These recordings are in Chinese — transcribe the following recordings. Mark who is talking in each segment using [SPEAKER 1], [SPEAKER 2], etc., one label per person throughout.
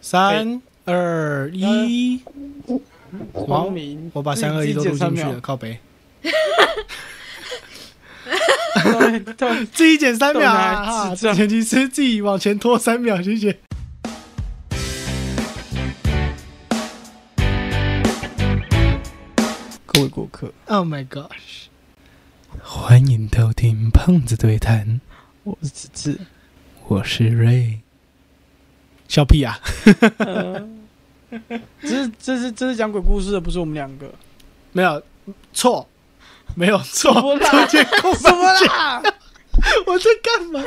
[SPEAKER 1] 三二一，
[SPEAKER 2] 光明，
[SPEAKER 1] 我把三二一都
[SPEAKER 2] 自
[SPEAKER 1] 录
[SPEAKER 2] 己剪三
[SPEAKER 1] 进去了，
[SPEAKER 2] 秒，
[SPEAKER 1] 靠北，
[SPEAKER 2] 对对
[SPEAKER 1] 自己减三秒啊，
[SPEAKER 2] 动来
[SPEAKER 1] 哈
[SPEAKER 2] 智障
[SPEAKER 1] 前提是自己往前拖三秒，谢谢。
[SPEAKER 2] 各位顾客，
[SPEAKER 1] Oh my gosh！欢迎偷听胖子对谈，
[SPEAKER 2] 我是子 志。
[SPEAKER 1] 我是 Ray。笑屁啊！
[SPEAKER 2] 呃这是这是这是讲鬼故事的，不是我们两 个。
[SPEAKER 1] 没有错，没有
[SPEAKER 2] 什
[SPEAKER 1] 错，
[SPEAKER 2] 么啦？
[SPEAKER 1] 结果
[SPEAKER 2] 什么啦？
[SPEAKER 1] 我在干嘛？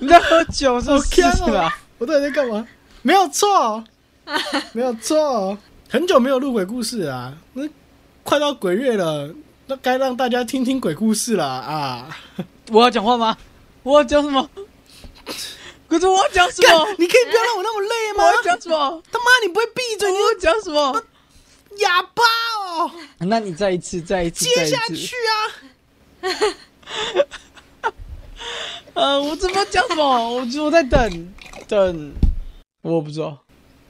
[SPEAKER 2] 你在喝酒是不是
[SPEAKER 1] 好呛哦
[SPEAKER 2] 啦？
[SPEAKER 1] 我到底在干嘛？没有错，没有错，很久没有录鬼故事了啊，那快到鬼月了，那该让大家听听鬼故事了啊！
[SPEAKER 2] 我要讲话吗？我要讲什么？可是我要讲什
[SPEAKER 1] 干
[SPEAKER 2] 么？
[SPEAKER 1] 你可以不要哦让我那么累
[SPEAKER 2] 我要
[SPEAKER 1] 吗？
[SPEAKER 2] 讲什么？
[SPEAKER 1] 他妈，你不会闭嘴，
[SPEAKER 2] 我要讲什么？
[SPEAKER 1] 你哑巴哦！
[SPEAKER 2] 那你再一次，再一次，
[SPEAKER 1] 接
[SPEAKER 2] 再一
[SPEAKER 1] 下
[SPEAKER 2] 次
[SPEAKER 1] 去。啊，
[SPEAKER 2] 呃，我怎么讲什么？我我在等等，我不知道。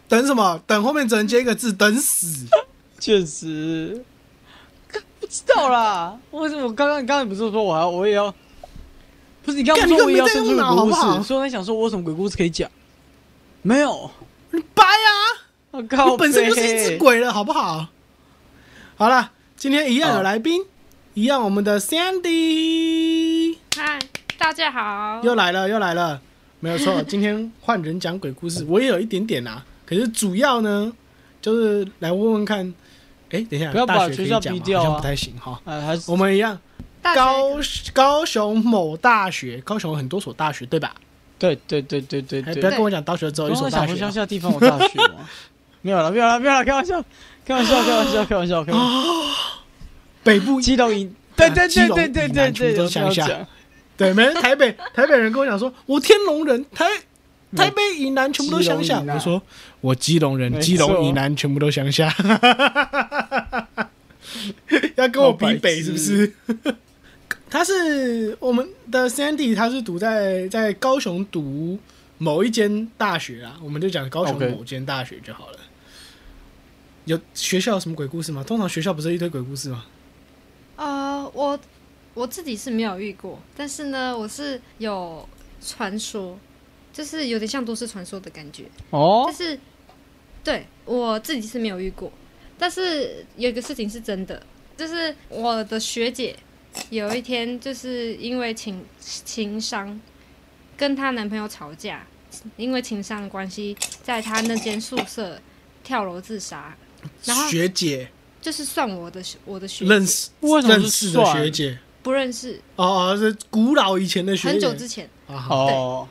[SPEAKER 1] 等什么？等后面只能接一个字，等死。
[SPEAKER 2] 确实，不知道啦。我我刚刚刚才不是说我还要我也要，不是你刚刚
[SPEAKER 1] 干你
[SPEAKER 2] 说我
[SPEAKER 1] 根本
[SPEAKER 2] 也要
[SPEAKER 1] 没在
[SPEAKER 2] 生出
[SPEAKER 1] 用
[SPEAKER 2] 鬼
[SPEAKER 1] 脑好
[SPEAKER 2] 故
[SPEAKER 1] 不好
[SPEAKER 2] 事，所以我在想说我有什么鬼故事可以讲？没有，
[SPEAKER 1] 你掰啊！
[SPEAKER 2] 我靠，
[SPEAKER 1] 我本身就是一只。鬼了，好不好？好了，今天一样有
[SPEAKER 2] 好
[SPEAKER 1] 来宾，一样我们的 Sandy。
[SPEAKER 3] 嗨，大家好。
[SPEAKER 1] 又来了，又来了，没有错。今天换人讲鬼故事，我也有一点点啦、可是主要呢，就是来问问看，哎、等一下，
[SPEAKER 2] 不要把
[SPEAKER 1] 大学可以
[SPEAKER 2] 学校
[SPEAKER 1] 讲
[SPEAKER 2] 逼
[SPEAKER 1] 吗
[SPEAKER 2] 掉啊
[SPEAKER 1] 好像不太行哈。
[SPEAKER 2] 哎，还是
[SPEAKER 1] 我们一样，
[SPEAKER 3] 大家
[SPEAKER 1] 高高雄某大学，高雄有很多所大学，对吧？
[SPEAKER 2] 对对对对对
[SPEAKER 1] 哎，
[SPEAKER 2] 对。
[SPEAKER 1] 不要跟我讲大学只有一
[SPEAKER 2] 刚
[SPEAKER 1] 所
[SPEAKER 2] 刚
[SPEAKER 1] 大
[SPEAKER 2] 想说
[SPEAKER 1] 学啊
[SPEAKER 2] 乡下地方有大学吗？没有了，没有了，没有了，开玩笑，开玩笑，开玩笑，开玩笑，开玩笑。
[SPEAKER 1] 哦，北部
[SPEAKER 2] 激动一，对对
[SPEAKER 1] 基
[SPEAKER 2] 对
[SPEAKER 1] 隆
[SPEAKER 2] 对对
[SPEAKER 1] 以
[SPEAKER 2] 对
[SPEAKER 1] 南全
[SPEAKER 2] 对，
[SPEAKER 1] 部都
[SPEAKER 2] 不要
[SPEAKER 1] 乡下
[SPEAKER 2] 讲，
[SPEAKER 1] 对，没人 台北台北人跟我讲说，我天龙人，台台北以南全部都乡下。
[SPEAKER 2] 嗯基隆以南
[SPEAKER 1] 我说我基隆人，
[SPEAKER 2] 没错
[SPEAKER 1] 基隆以南全部都乡下。 要跟我比北是不是？他是我们的 Sandy，他是读在在高雄读某一间大学啊，我们就讲高雄
[SPEAKER 2] OK
[SPEAKER 1] 某间大学就好了。有学校有什么鬼故事吗？通常学校不是一堆鬼故事吗？
[SPEAKER 3] 呃，我我自己是没有遇过，但是呢，我是有传说，就是有点像都市传说的感觉。
[SPEAKER 2] 哦
[SPEAKER 3] 但，是对我自己是没有遇过，但是有一个事情是真的，就是我的学姐有一天就是因为情情商跟她男朋友吵架，因为情商的关系，在她那间宿舍跳楼自杀，然后
[SPEAKER 1] 学姐
[SPEAKER 3] 就是算我的我的学姐
[SPEAKER 1] 认识
[SPEAKER 2] 为什么
[SPEAKER 1] 认
[SPEAKER 2] 是
[SPEAKER 1] 识的
[SPEAKER 2] 算
[SPEAKER 1] 学姐，
[SPEAKER 3] 不认识，
[SPEAKER 1] 哦，是古老以前的学
[SPEAKER 3] 很久
[SPEAKER 1] 姐
[SPEAKER 3] 之前。
[SPEAKER 1] 啊，好
[SPEAKER 2] 哦，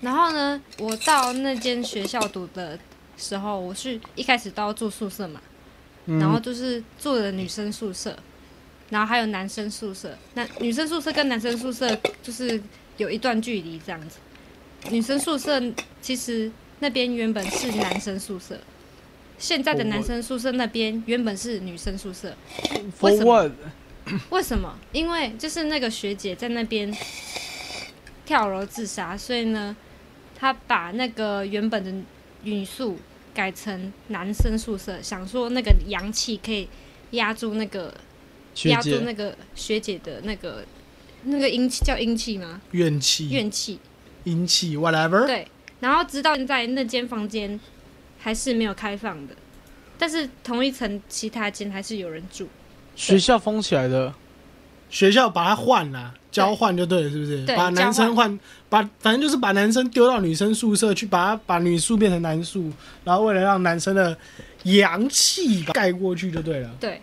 [SPEAKER 3] 然后呢，我到那间学校读的时候，我是一开始都要住宿舍嘛，
[SPEAKER 1] 嗯
[SPEAKER 3] 然后就是住的女生宿舍，然后还有男生宿舍。那女生宿舍跟男生宿舍就是有一段距离这样子。女生宿舍其实那边原本是男生宿舍，现在的
[SPEAKER 1] 哦
[SPEAKER 3] 男生宿舍那边原本是女生宿舍。
[SPEAKER 2] For
[SPEAKER 3] 为什么
[SPEAKER 2] what？
[SPEAKER 3] 为什么？因为就是那个学姐在那边跳楼自杀，所以呢，她把那个原本的女宿改成男生宿舍，想说那个阳气可以压住那个
[SPEAKER 2] 学
[SPEAKER 3] 压住
[SPEAKER 2] 姐
[SPEAKER 3] 那个学姐的那个那个阴气叫阴气吗？
[SPEAKER 1] 怨
[SPEAKER 2] 嗯
[SPEAKER 1] 气、
[SPEAKER 3] 怨气
[SPEAKER 1] 阴气，whatever。
[SPEAKER 3] 对。然后直到现在那间房间还是没有开放的，但是同一层其他间还是有人住。
[SPEAKER 2] 学校封起来的，
[SPEAKER 1] 学校把它换了，交换就对了，是不是？
[SPEAKER 3] 对
[SPEAKER 1] 把男生换，把反正就是把男生丢到女生宿舍去，把它把女宿变成男宿，然后为了让男生的阳气把它盖过去就对了。
[SPEAKER 3] 对，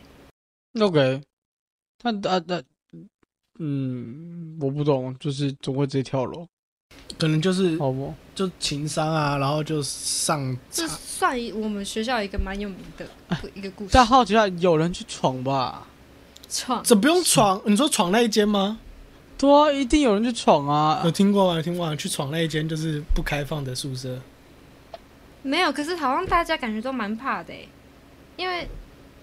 [SPEAKER 2] OK，他他他，嗯，我不懂，就是总会直接跳楼，
[SPEAKER 1] 可能就是
[SPEAKER 2] 好不？
[SPEAKER 1] 就情商啊，然后就上
[SPEAKER 3] 这
[SPEAKER 1] 差
[SPEAKER 3] 算我们学校一个蛮有名的
[SPEAKER 2] 哎
[SPEAKER 3] 一个故事
[SPEAKER 2] 但。好奇啊，有人去闯吧？
[SPEAKER 3] 创
[SPEAKER 1] 这不用闯，你说闯那一间吗？
[SPEAKER 2] 对啊，一定有人去闯啊
[SPEAKER 1] 有！听过吗？有听过吗？去闯那一间就是不开放的宿舍。
[SPEAKER 3] 没有，可是好像大家感觉都蛮怕的欸因为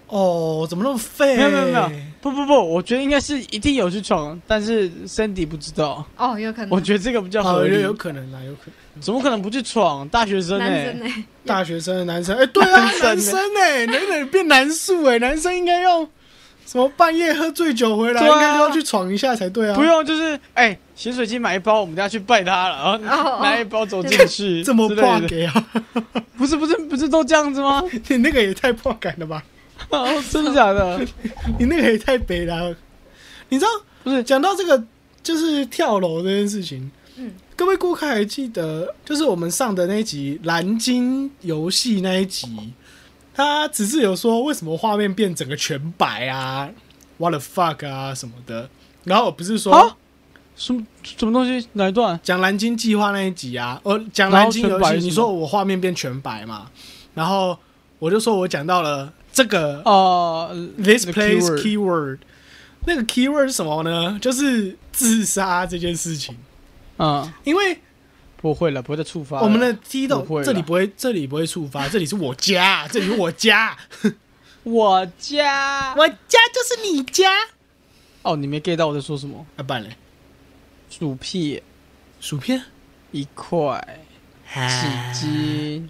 [SPEAKER 1] 哦，怎么那么废？哦
[SPEAKER 2] 没有没有没有，不不不，我觉得应该是一定有去闯，但是 Cindy 不知道。
[SPEAKER 3] 哦，有可能。
[SPEAKER 2] 我觉得这个比较
[SPEAKER 1] 好，
[SPEAKER 2] 合
[SPEAKER 1] 我觉得
[SPEAKER 2] 理
[SPEAKER 1] 哦有，可能啊，有可能。
[SPEAKER 2] 怎么可能不去闯？大学生呢、欸
[SPEAKER 3] 男生欸呢？
[SPEAKER 1] 大学生的男生，哎、对啊，
[SPEAKER 2] 男
[SPEAKER 1] 男
[SPEAKER 2] 生
[SPEAKER 1] 生哎、男人变男宿哎、男生应该要什么半夜喝醉酒回来，
[SPEAKER 2] 对啊
[SPEAKER 1] 应该就要去闯一下才对啊。
[SPEAKER 2] 不，用，就是哎、咸水鸡买一包，我们家去拜他了，然
[SPEAKER 3] 哦
[SPEAKER 2] 后
[SPEAKER 3] 哦
[SPEAKER 2] 拿一包走进去，
[SPEAKER 1] 这么
[SPEAKER 2] 之类
[SPEAKER 1] 破
[SPEAKER 2] 的？
[SPEAKER 1] 给啊，
[SPEAKER 2] 不是不是不是都这样子吗？
[SPEAKER 1] 你那个也太破感了吧？
[SPEAKER 2] 哦真的假的？
[SPEAKER 1] 你那个也太北了。你知道，
[SPEAKER 2] 不是
[SPEAKER 1] 讲到这个就是跳楼这件事情，
[SPEAKER 3] 嗯，
[SPEAKER 1] 各位顾客还记得，就是我们上的那一集《蓝鲸游戏》那一集，他只是有说为什么画面变整个全白啊，what the fuck 啊什么的。然后我不是说
[SPEAKER 2] 啊什么什么东西？哪一段？
[SPEAKER 1] 讲蓝鲸计划那一集啊，我讲蓝鲸游
[SPEAKER 2] 然后
[SPEAKER 1] 戏
[SPEAKER 2] 全白，是
[SPEAKER 1] 你
[SPEAKER 2] 吗
[SPEAKER 1] 说我画面变全白嘛，然后我就说我讲到了这 个
[SPEAKER 2] 呃
[SPEAKER 1] This
[SPEAKER 2] the
[SPEAKER 1] place
[SPEAKER 2] keyword
[SPEAKER 1] keyword，那个 keyword 是什么呢？就是自杀这件事情。
[SPEAKER 2] 嗯，
[SPEAKER 1] 因为
[SPEAKER 2] 不会了，不会再触发了。
[SPEAKER 1] 我们的踢
[SPEAKER 2] 不会
[SPEAKER 1] 斗
[SPEAKER 2] 啦
[SPEAKER 1] 这里不会，这里不会触发，这里是我家，这里是我 家，
[SPEAKER 2] 我家
[SPEAKER 1] 我家就是你家。
[SPEAKER 2] 哦，你没 get 到我在说什么？
[SPEAKER 1] 啊，办嘞，
[SPEAKER 2] 薯片
[SPEAKER 1] 薯片
[SPEAKER 2] 一块，几斤？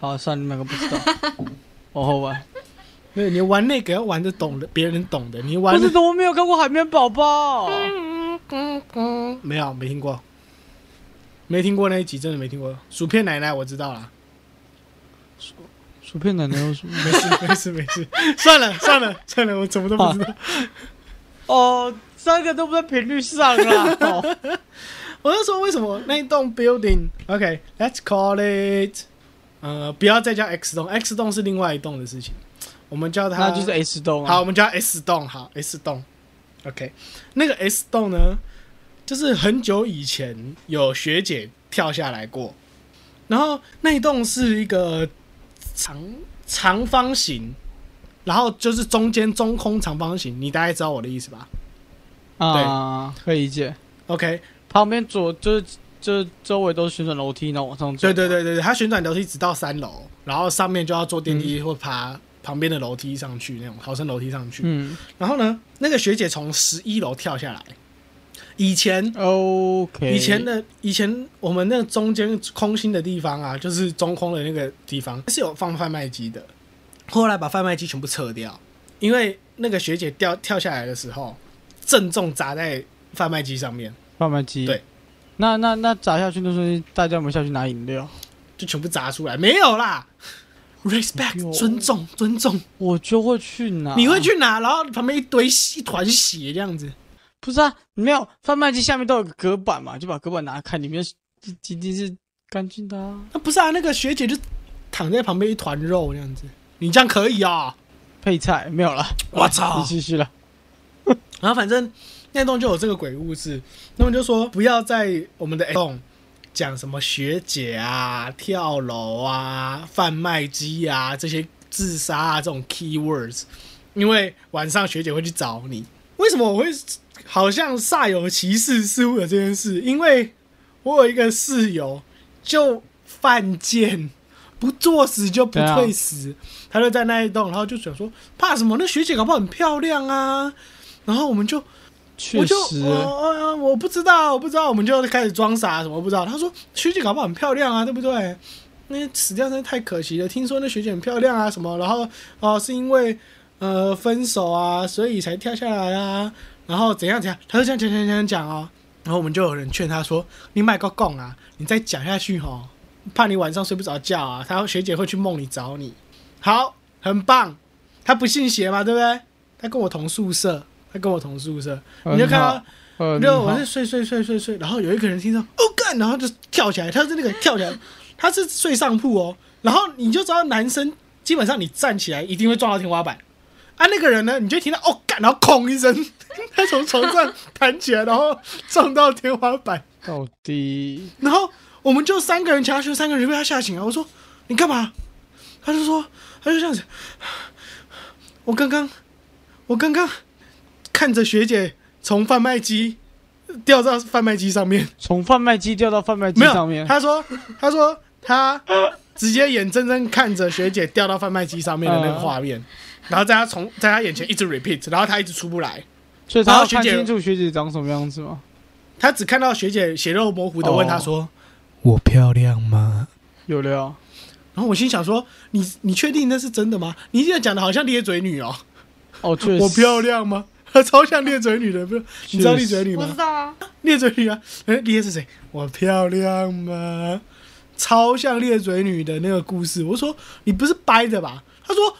[SPEAKER 2] 好，算了，你们两个不知道。 哦，好吧，
[SPEAKER 1] 没有，你玩那个要玩的懂的，别人懂的，你
[SPEAKER 2] 不
[SPEAKER 1] 玩
[SPEAKER 2] 是怎么没有看过海绵宝宝？
[SPEAKER 1] 没有没听过，没听过那一集，真的没听过。薯片奶奶我知道了，
[SPEAKER 2] 薯片奶奶有什么？
[SPEAKER 1] 没事没事没事，算了算了算了，我怎么都不知道。
[SPEAKER 2] 哦，三个都不在频率上啦。 哦
[SPEAKER 1] 我就说为什么那一栋 building，OK，let's、call it，呃，不要再叫 X 栋，X 栋是另外一栋的事情，我们叫它
[SPEAKER 2] 那就是 S 栋啊。
[SPEAKER 1] 好，我，们叫 S 栋，好 S 栋，OK，那个 S 栋呢，就是很久以前有学姐跳下来过，然后那一栋是一个长长方形，然后就是中间中空长方形，你大概知道我的意思吧
[SPEAKER 2] 啊，可以理解。
[SPEAKER 1] ？OK，
[SPEAKER 2] 旁边左就是就是周围都是旋转楼梯，然后往上走。
[SPEAKER 1] 对对对对，对它旋转楼梯直到三楼，然后上面就要坐电梯或爬旁边的楼梯上去，那种逃生楼梯上去。
[SPEAKER 2] 嗯
[SPEAKER 1] 然后呢，那个学姐从十一楼跳下来。以前
[SPEAKER 2] ，OK。
[SPEAKER 1] 以前的以前我们那个中间空心的地方啊，就是中空的那个地方是有放贩卖机的，后来把贩卖机全部撤掉，因为那个学姐掉跳下来的时候，正中砸在贩卖机上面，
[SPEAKER 2] 贩卖机。
[SPEAKER 1] 对。
[SPEAKER 2] 那那那砸下去，那时候大家有没有下去拿饮料？
[SPEAKER 1] 就全部砸出来，没有啦。
[SPEAKER 2] 哟
[SPEAKER 1] Respect，尊重，尊重。
[SPEAKER 2] 我就会去拿。
[SPEAKER 1] 你会？去拿，然后旁边一堆一团血这样子。
[SPEAKER 2] 不是啊，没有贩卖机下面都有个隔板嘛，就把隔板拿开，里面是仅仅是干净的、啊。
[SPEAKER 1] 那不是啊，那个学姐就躺在旁边一团肉这样子。你这样可以啊、
[SPEAKER 2] 配菜没有了，
[SPEAKER 1] 我操
[SPEAKER 2] 你继续了。
[SPEAKER 1] 然后反正那栋就有这个鬼故事，那么就说不要在我们的 A 栋讲什么学姐啊、跳楼啊、贩卖机啊这些自杀啊这种 key words，因为晚上学姐会去找你。为什么我会好像煞有其事似乎有这件事？因为我有一个室友就犯贱。不作死就不
[SPEAKER 2] 对啊
[SPEAKER 1] 退死，他就在那一栋，然后就想说怕什么？那学姐搞不好很漂亮啊，然后我们就，
[SPEAKER 2] 确
[SPEAKER 1] 我就，
[SPEAKER 2] 实，
[SPEAKER 1] 我我我不知道，我不知道，我们就开始装傻，什么不知道。他说学姐搞不好很漂亮啊，对不对？那死掉真的太可惜了。听说那学姐很漂亮啊，什么，然后哦、是因为呃分手啊，所以才跳下来啊，然后怎样怎样，他就这样讲讲讲讲哦。然后我们就有人劝他说：“你买个供啊，你再讲下去哦，怕你晚上睡不着觉啊。他学姐会去梦里找你。”好，很棒。他不信邪嘛，对不对？他跟我同宿舍，他跟我同宿舍，
[SPEAKER 2] 嗯
[SPEAKER 1] 你就看到，
[SPEAKER 2] 呃，
[SPEAKER 1] 就
[SPEAKER 2] 你好
[SPEAKER 1] 我在睡睡睡睡睡，然后有一个人听到哦干，然后就跳起来，他是那个跳起来，他是睡上铺哦，然后你就知道男生基本上你站起来一定会撞到天花板，啊那个人呢，你就听到哦干，然后空一声， 他从床上弹起来，然后撞到天花板，
[SPEAKER 2] 到底
[SPEAKER 1] 然后我们就三个人，其他就三个人就被他吓醒了。我说你干嘛？他就说他就这样子，我刚刚我刚刚看着学姐从贩卖机掉到贩卖机上面，
[SPEAKER 2] 从贩卖机掉到贩卖机
[SPEAKER 1] 没
[SPEAKER 2] 上
[SPEAKER 1] 有，
[SPEAKER 2] 面，
[SPEAKER 1] 他说他说他直接眼睁睁看着学姐掉到贩卖机上面的那个
[SPEAKER 2] 嗯
[SPEAKER 1] 画面，然后在他从在他眼前一直 repeat，然后他一直出不来，
[SPEAKER 2] 所以他
[SPEAKER 1] 然
[SPEAKER 2] 要
[SPEAKER 1] 后学
[SPEAKER 2] 看
[SPEAKER 1] 姐
[SPEAKER 2] 清楚学姐长什么样子吗？
[SPEAKER 1] 他只看到学姐血肉模糊的问他
[SPEAKER 2] 哦
[SPEAKER 1] 说：“我漂亮吗
[SPEAKER 2] 有料，？”
[SPEAKER 1] 然后我心想说：“你你确定那是真的吗？你现在讲的好像咧嘴女哦，
[SPEAKER 2] 哦，确实，
[SPEAKER 1] 我漂亮吗？超像咧嘴女的，不是？你知道咧嘴女
[SPEAKER 3] 我知
[SPEAKER 1] 吗？
[SPEAKER 3] 道啊，
[SPEAKER 1] 咧嘴女啊，哎，咧是谁？我漂亮吗？超像咧嘴女的那个故事。我说你不是掰的吧？他说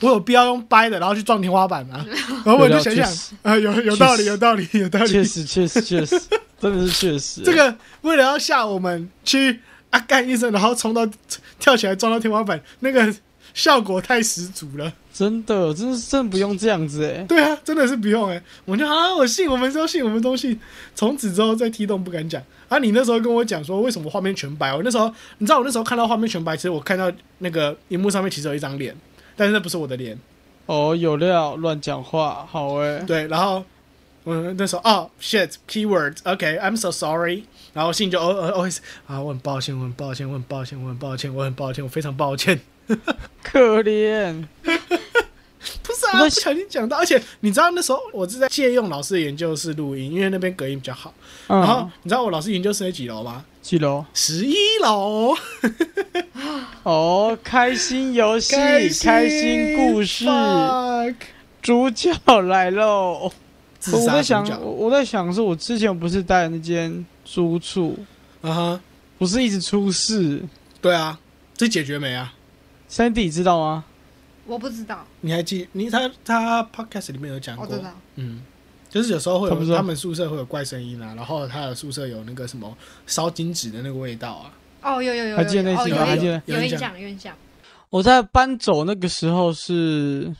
[SPEAKER 1] 我有必要用掰的，然后去撞天花板吗？然后我就想想
[SPEAKER 2] 有道理确实，
[SPEAKER 1] 啊，有有道理，
[SPEAKER 2] 确实
[SPEAKER 1] 有道理，有道理
[SPEAKER 2] 确。实，确实，确实，真的是确 实。
[SPEAKER 1] 这个为了要吓我们去啊干一声，然后冲到跳起来撞到天花板，那个效果太十足了。
[SPEAKER 2] 真的，真的是真的不用这样子哎。
[SPEAKER 1] 对啊，真的是不用哎、我就啊，我信，我们都信，我们都信。从此之后再踢动不敢讲啊。你那时候跟我讲说为什么画面全白，我那时候你知道我那时候看到画面全白，其实我看到那个荧幕上面其实有一张脸，但是那不是我的脸。
[SPEAKER 2] 哦，有料，乱讲话，好哎。
[SPEAKER 1] 对，然后嗯那时候哦 shit keyword，OK，I'm、so sorry。然后信就哦哦 always 啊，我很抱歉，我很抱歉，我很抱歉，我很抱歉，我很抱歉，我非常抱歉。
[SPEAKER 2] 可怜，
[SPEAKER 1] 不是啊，
[SPEAKER 2] 那
[SPEAKER 1] 不小心讲到，而且你知道那时候我是在借用老师的研究室录音，因为那边隔音比较好。然后
[SPEAKER 2] 嗯，哦
[SPEAKER 1] 你知道我老师研究室在几楼吗？
[SPEAKER 2] 几楼？
[SPEAKER 1] 十一楼。
[SPEAKER 2] 哦，开心游戏，开心故事，
[SPEAKER 1] Fuck
[SPEAKER 2] 主角来喽。
[SPEAKER 1] 自
[SPEAKER 2] 我
[SPEAKER 1] 杀
[SPEAKER 2] 在
[SPEAKER 1] 主
[SPEAKER 2] 想，我
[SPEAKER 1] 角
[SPEAKER 2] 我在想，是我之前不是待的那间租处，
[SPEAKER 1] 啊哈，
[SPEAKER 2] 不是一直出事。
[SPEAKER 1] 对啊，这解决没啊？
[SPEAKER 2] Sandy 知道吗？
[SPEAKER 3] 我不知道，
[SPEAKER 1] 你还记你他他 podcast 里面有讲
[SPEAKER 3] 我
[SPEAKER 1] 过
[SPEAKER 3] 知，道，
[SPEAKER 1] 嗯，就是有时候会
[SPEAKER 2] 他不
[SPEAKER 1] 有
[SPEAKER 2] 知道
[SPEAKER 1] 他们宿舍会有怪声音啊，然后他的宿舍有那个什么烧金纸的那个味道啊，
[SPEAKER 3] 哦，有有有有，
[SPEAKER 2] 还记得那
[SPEAKER 3] 有
[SPEAKER 2] 集
[SPEAKER 3] 有
[SPEAKER 2] 吗还
[SPEAKER 3] 有
[SPEAKER 2] 记得
[SPEAKER 3] 有
[SPEAKER 1] 有印
[SPEAKER 3] 印
[SPEAKER 1] 象
[SPEAKER 3] 象，有印象，
[SPEAKER 2] 我在搬走那个时候是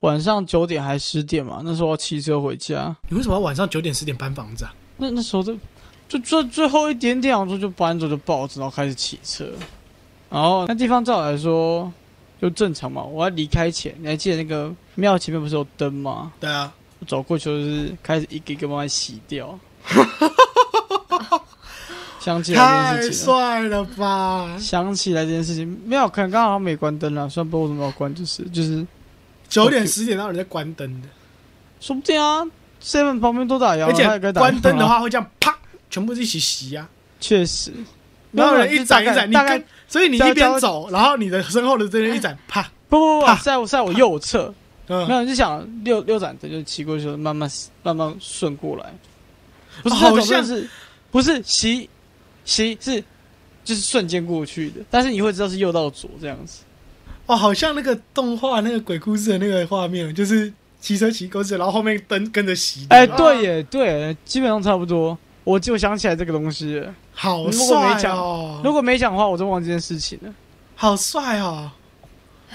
[SPEAKER 2] 晚上九点还十点嘛，那时候要骑车回家。
[SPEAKER 1] 你为什么要晚上九点十点搬房子啊？
[SPEAKER 2] 那那时候就就最最后一点点，我就就搬着就抱着，然后开始骑车。然后那地方照我来说就正常嘛。我要离开前，你还记得那个庙前面不是有灯吗？
[SPEAKER 1] 对啊，
[SPEAKER 2] 我走过去就是开始一个一个慢慢洗掉。想起来这
[SPEAKER 1] 太
[SPEAKER 2] 件事情了，
[SPEAKER 1] 帅了吧！
[SPEAKER 2] 想起来这件事情，没有，可能刚好没关灯了，虽然不知道为什么要关，就是就是，
[SPEAKER 1] 九点十点，让人在关灯的，
[SPEAKER 2] 说不定啊，seven 旁边都打烊了，
[SPEAKER 1] 而且
[SPEAKER 2] 他也该打烊
[SPEAKER 1] 关灯的
[SPEAKER 2] 了，
[SPEAKER 1] 话会这样啪，全部一起洗啊呀、
[SPEAKER 2] 确实，
[SPEAKER 1] 然后
[SPEAKER 2] 没有
[SPEAKER 1] 人一
[SPEAKER 2] 大
[SPEAKER 1] 盏
[SPEAKER 2] 概
[SPEAKER 1] 一盏，你
[SPEAKER 2] 大概
[SPEAKER 1] 跟所以你
[SPEAKER 2] 大
[SPEAKER 1] 一
[SPEAKER 2] 家
[SPEAKER 1] 边
[SPEAKER 2] 会
[SPEAKER 1] 走，然后你的身后的这边一 盏啪，
[SPEAKER 2] 不不不
[SPEAKER 1] 啪
[SPEAKER 2] 不，在我在我右侧，没
[SPEAKER 1] 嗯，
[SPEAKER 2] 有你就想六六盏灯就骑过去，慢慢慢慢顺过来，不是
[SPEAKER 1] 哦
[SPEAKER 2] 那
[SPEAKER 1] 好
[SPEAKER 2] 种真
[SPEAKER 1] 像
[SPEAKER 2] 的是不是骑骑是就是瞬间过去的，但是你会知道是右到左这样子，
[SPEAKER 1] 哦，好像那个动画那个鬼故事的那个画面，就是骑车骑狗子，然后后面灯跟着熄，对
[SPEAKER 2] 哎、
[SPEAKER 1] 吧
[SPEAKER 2] 对耶对，基本上差不多。我就想起来这个东西了，
[SPEAKER 1] 好
[SPEAKER 2] 如果没
[SPEAKER 1] 帅
[SPEAKER 2] 讲
[SPEAKER 1] 哦，
[SPEAKER 2] 如果没讲的话，我就忘记这件事情了。
[SPEAKER 1] 好帅哦，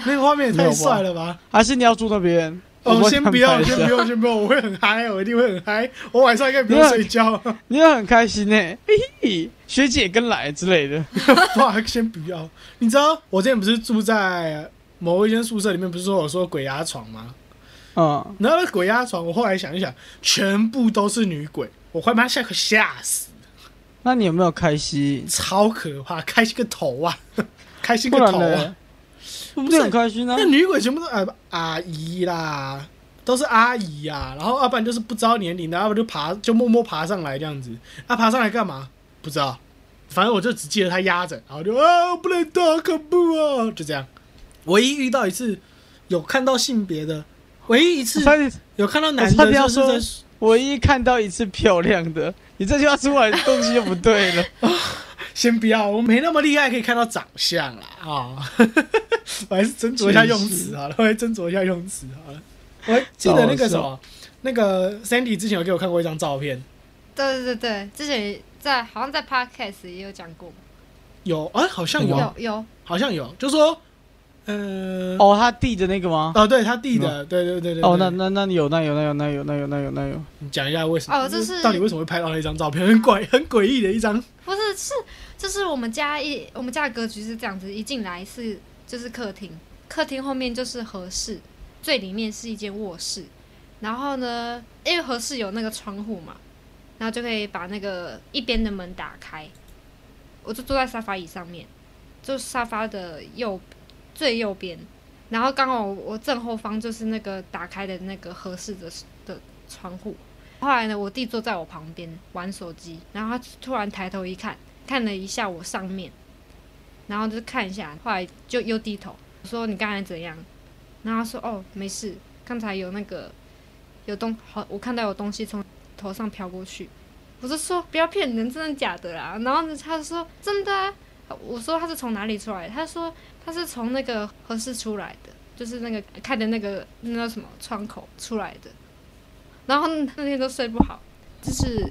[SPEAKER 1] 那个画面也
[SPEAKER 2] 没
[SPEAKER 1] 太
[SPEAKER 2] 有吧
[SPEAKER 1] 帅了吧！
[SPEAKER 2] 还是你要住那边？
[SPEAKER 1] 哦，
[SPEAKER 2] 我
[SPEAKER 1] 先
[SPEAKER 2] 帮
[SPEAKER 1] 不
[SPEAKER 2] 你
[SPEAKER 1] 要，
[SPEAKER 2] 安排
[SPEAKER 1] 先
[SPEAKER 2] 一下
[SPEAKER 1] 不用，先不用，我会很嗨，我一定会很嗨，我晚上应该不用
[SPEAKER 2] 没有
[SPEAKER 1] 睡觉。
[SPEAKER 2] 你会很开心呢、嘿嘿，学姐跟来之类的。
[SPEAKER 1] 哇，先不要，你知道我之前不是住在某一间宿舍里面，不是说我说鬼压床吗？
[SPEAKER 2] 嗯，
[SPEAKER 1] 然后那鬼压床，我后来想一想，全部都是女鬼，我快把他吓吓死，
[SPEAKER 2] 那你有没有开心？
[SPEAKER 1] 超可怕，开心个头啊，开心
[SPEAKER 2] 不
[SPEAKER 1] 个
[SPEAKER 2] 然
[SPEAKER 1] 头啊
[SPEAKER 2] 呢！？我不是很开心啊
[SPEAKER 1] 那？女鬼全部都呃阿姨啦，都是阿姨呀、然后要不然就是不知道年龄的，要不然就爬就默默爬上来这样子。啊，爬上来干嘛？不知道，反正我就只记得她压着，然后就啊不能动，好恐怖哦，就这样。唯一遇到一次有看到性别的，唯一一次
[SPEAKER 2] 我差点，
[SPEAKER 1] 有看到男
[SPEAKER 2] 我差
[SPEAKER 1] 的
[SPEAKER 2] 点要
[SPEAKER 1] 就是在
[SPEAKER 2] 说唯一看到一次漂亮的，你这句话出来东西就不对了。
[SPEAKER 1] 先不要，我没那么厉害，可以看到长相啦啊、 我还是斟酌一下用词好了，我还斟酌一下用词好了。我还记得那个什
[SPEAKER 2] 好
[SPEAKER 1] 么，那个 Sandy 之前有给我看过一张照片，
[SPEAKER 3] 对对对对，之前在好像在 podcast 也有讲过，
[SPEAKER 1] 有啊、好像
[SPEAKER 2] 有
[SPEAKER 1] 有
[SPEAKER 2] 吗，
[SPEAKER 3] 有有，
[SPEAKER 1] 好像有，就说，呃，
[SPEAKER 2] 哦，他递的那个吗？
[SPEAKER 1] 哦，对他弟的，对对对对。
[SPEAKER 2] 哦，那
[SPEAKER 1] 对
[SPEAKER 2] 那那你有，那有，那有，那有，那有，那有，那有。
[SPEAKER 1] 你讲一下为什么？
[SPEAKER 3] 哦这是
[SPEAKER 1] 到底为什么会拍到那一张照片？ 很诡很诡异的一张，
[SPEAKER 3] 不是是就是我们家一我们家的格局是这样子，一进来是就是客厅，客厅后面就是和室，最里面是一间卧室，然后呢，因为和室有那个窗户嘛，然后就可以把那个一边的门打开，我就坐在沙发椅上面，就沙发的右最右边，然后刚好我我正后方就是那个打开的那个合适的的窗户。后来呢，我弟坐在我旁边玩手机，然后他突然抬头一看，看了一下我上面，然后就看一下，后来就又低头，我说你刚才怎样？然后他说哦没事，刚才有那个有东好，我看到有东西从头上飘过去。我就说不要骗人，真的假的啦？然后呢，他就说真的啊。我说他是从哪里出来的？他说他是从那个合适出来的，就是那个开的那个那叫什么窗口出来的。然后那天都睡不好，就是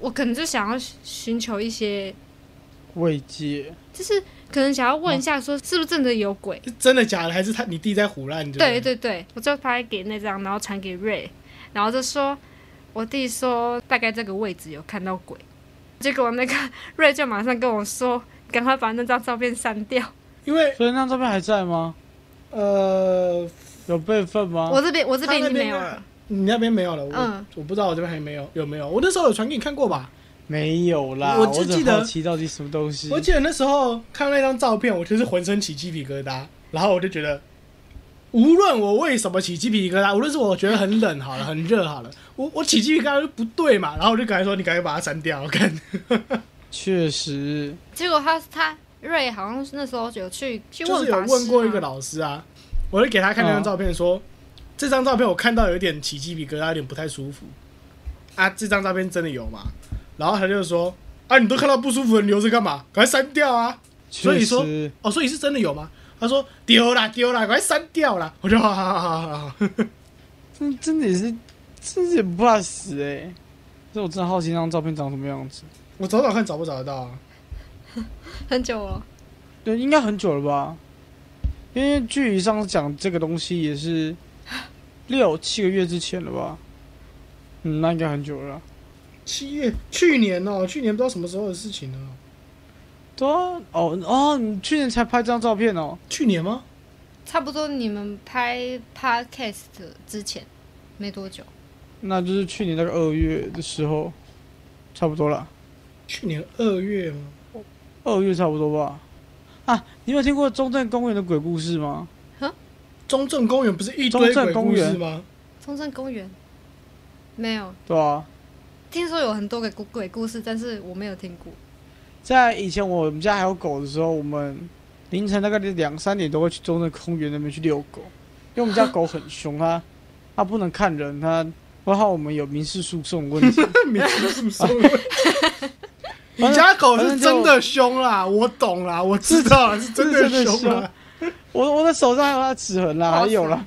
[SPEAKER 3] 我可能就想要寻求一些，
[SPEAKER 2] 慰藉。
[SPEAKER 3] 就是可能想要问一下，说是不是真的有鬼？
[SPEAKER 1] 是真的假的，还是他你弟在胡乱？对
[SPEAKER 3] 对对对，我就拍给那张，然后传给瑞，然后就说，我弟说大概这个位置有看到鬼，结果那个瑞就马上跟我说，赶快把那张照片删掉。
[SPEAKER 1] 不对，因为
[SPEAKER 2] 所以那张照片还在吗？
[SPEAKER 1] 呃，
[SPEAKER 2] 有备份吗？
[SPEAKER 3] 我这边我这边已
[SPEAKER 1] 哦他那
[SPEAKER 3] 经没
[SPEAKER 1] 边
[SPEAKER 3] 有啊
[SPEAKER 1] 那
[SPEAKER 3] 了，
[SPEAKER 1] 你那边没有了，我、
[SPEAKER 3] 嗯
[SPEAKER 1] 我不知道我这边还没有有没有。我那时候有传给你看过吧？
[SPEAKER 2] 没有啦，
[SPEAKER 1] 我
[SPEAKER 2] 我
[SPEAKER 1] 只
[SPEAKER 2] 只
[SPEAKER 1] 记得
[SPEAKER 2] 好奇到底什么东西。
[SPEAKER 1] 我记得那时候看到那张照片，我就是浑身起鸡皮疙瘩，然后我就觉得，无论我为什么起鸡皮疙瘩，无论是我觉得很冷好了，很热好了，我我起鸡皮疙瘩就不对嘛，然后我就赶快说你赶快把它删掉，我看
[SPEAKER 2] 确实，
[SPEAKER 3] 结果他他瑞好像那时候有去去
[SPEAKER 1] 就是
[SPEAKER 3] 问
[SPEAKER 1] 有
[SPEAKER 3] 法
[SPEAKER 1] 问
[SPEAKER 3] 师啊
[SPEAKER 1] 过一个
[SPEAKER 3] 吗
[SPEAKER 1] 老师啊，我就给他看那张照片说，这张照片我看到有点起鸡皮疙瘩，有点不太舒服啊，这张照片真的有吗？然后他就说啊，你都看到不舒服了，你留着干嘛？赶快删掉啊！所
[SPEAKER 2] 确
[SPEAKER 1] 以说
[SPEAKER 2] 实，
[SPEAKER 1] 哦，所以是真的有吗？他说丢啦丢啦，快删掉啦！我就好好好好好好，
[SPEAKER 2] 真真的也是，真的也不怕死哎、欸。所以我真的好奇那张照片长什么样子。
[SPEAKER 1] 我找找看找不找得到啊？
[SPEAKER 3] 很久哦，
[SPEAKER 2] 对，应该很久了吧？因为距离上次讲这个东西也是六七个月之前了吧？嗯，那应该很久了啦。
[SPEAKER 1] 七月去年哦、去年不知道什么时候的事情哦了、
[SPEAKER 2] 对啊，哦哦，你去年才拍这张照片哦。
[SPEAKER 1] 去年吗？
[SPEAKER 3] 差不多你们拍 podcast 之前没多久，
[SPEAKER 2] 那就是去年大概二月的时候，差不多了，
[SPEAKER 1] 去年二月吗？
[SPEAKER 2] 二月差不多吧。啊，你有听过中正公园的鬼故事吗？
[SPEAKER 1] 中正公园不是一
[SPEAKER 2] 中
[SPEAKER 1] 堆
[SPEAKER 2] 正
[SPEAKER 1] 鬼
[SPEAKER 2] 公
[SPEAKER 1] 故事
[SPEAKER 2] 园
[SPEAKER 1] 吗？
[SPEAKER 3] 中正公园没有。
[SPEAKER 2] 对啊，
[SPEAKER 3] 听说有很多鬼故鬼故事，但是我没有听过。
[SPEAKER 2] 在以前我们家还有狗的时候，我们凌晨大概两三点都会去中正公园那边去遛狗，因为我们家狗很凶， 它它不能看人，它会害我们有民事诉讼问 题。
[SPEAKER 1] 没出什么时候 你家狗是真的凶啦，我懂啦，我知道啦是真的凶啊啦。
[SPEAKER 2] 我我的手上还有它的齿痕啦，还有啦。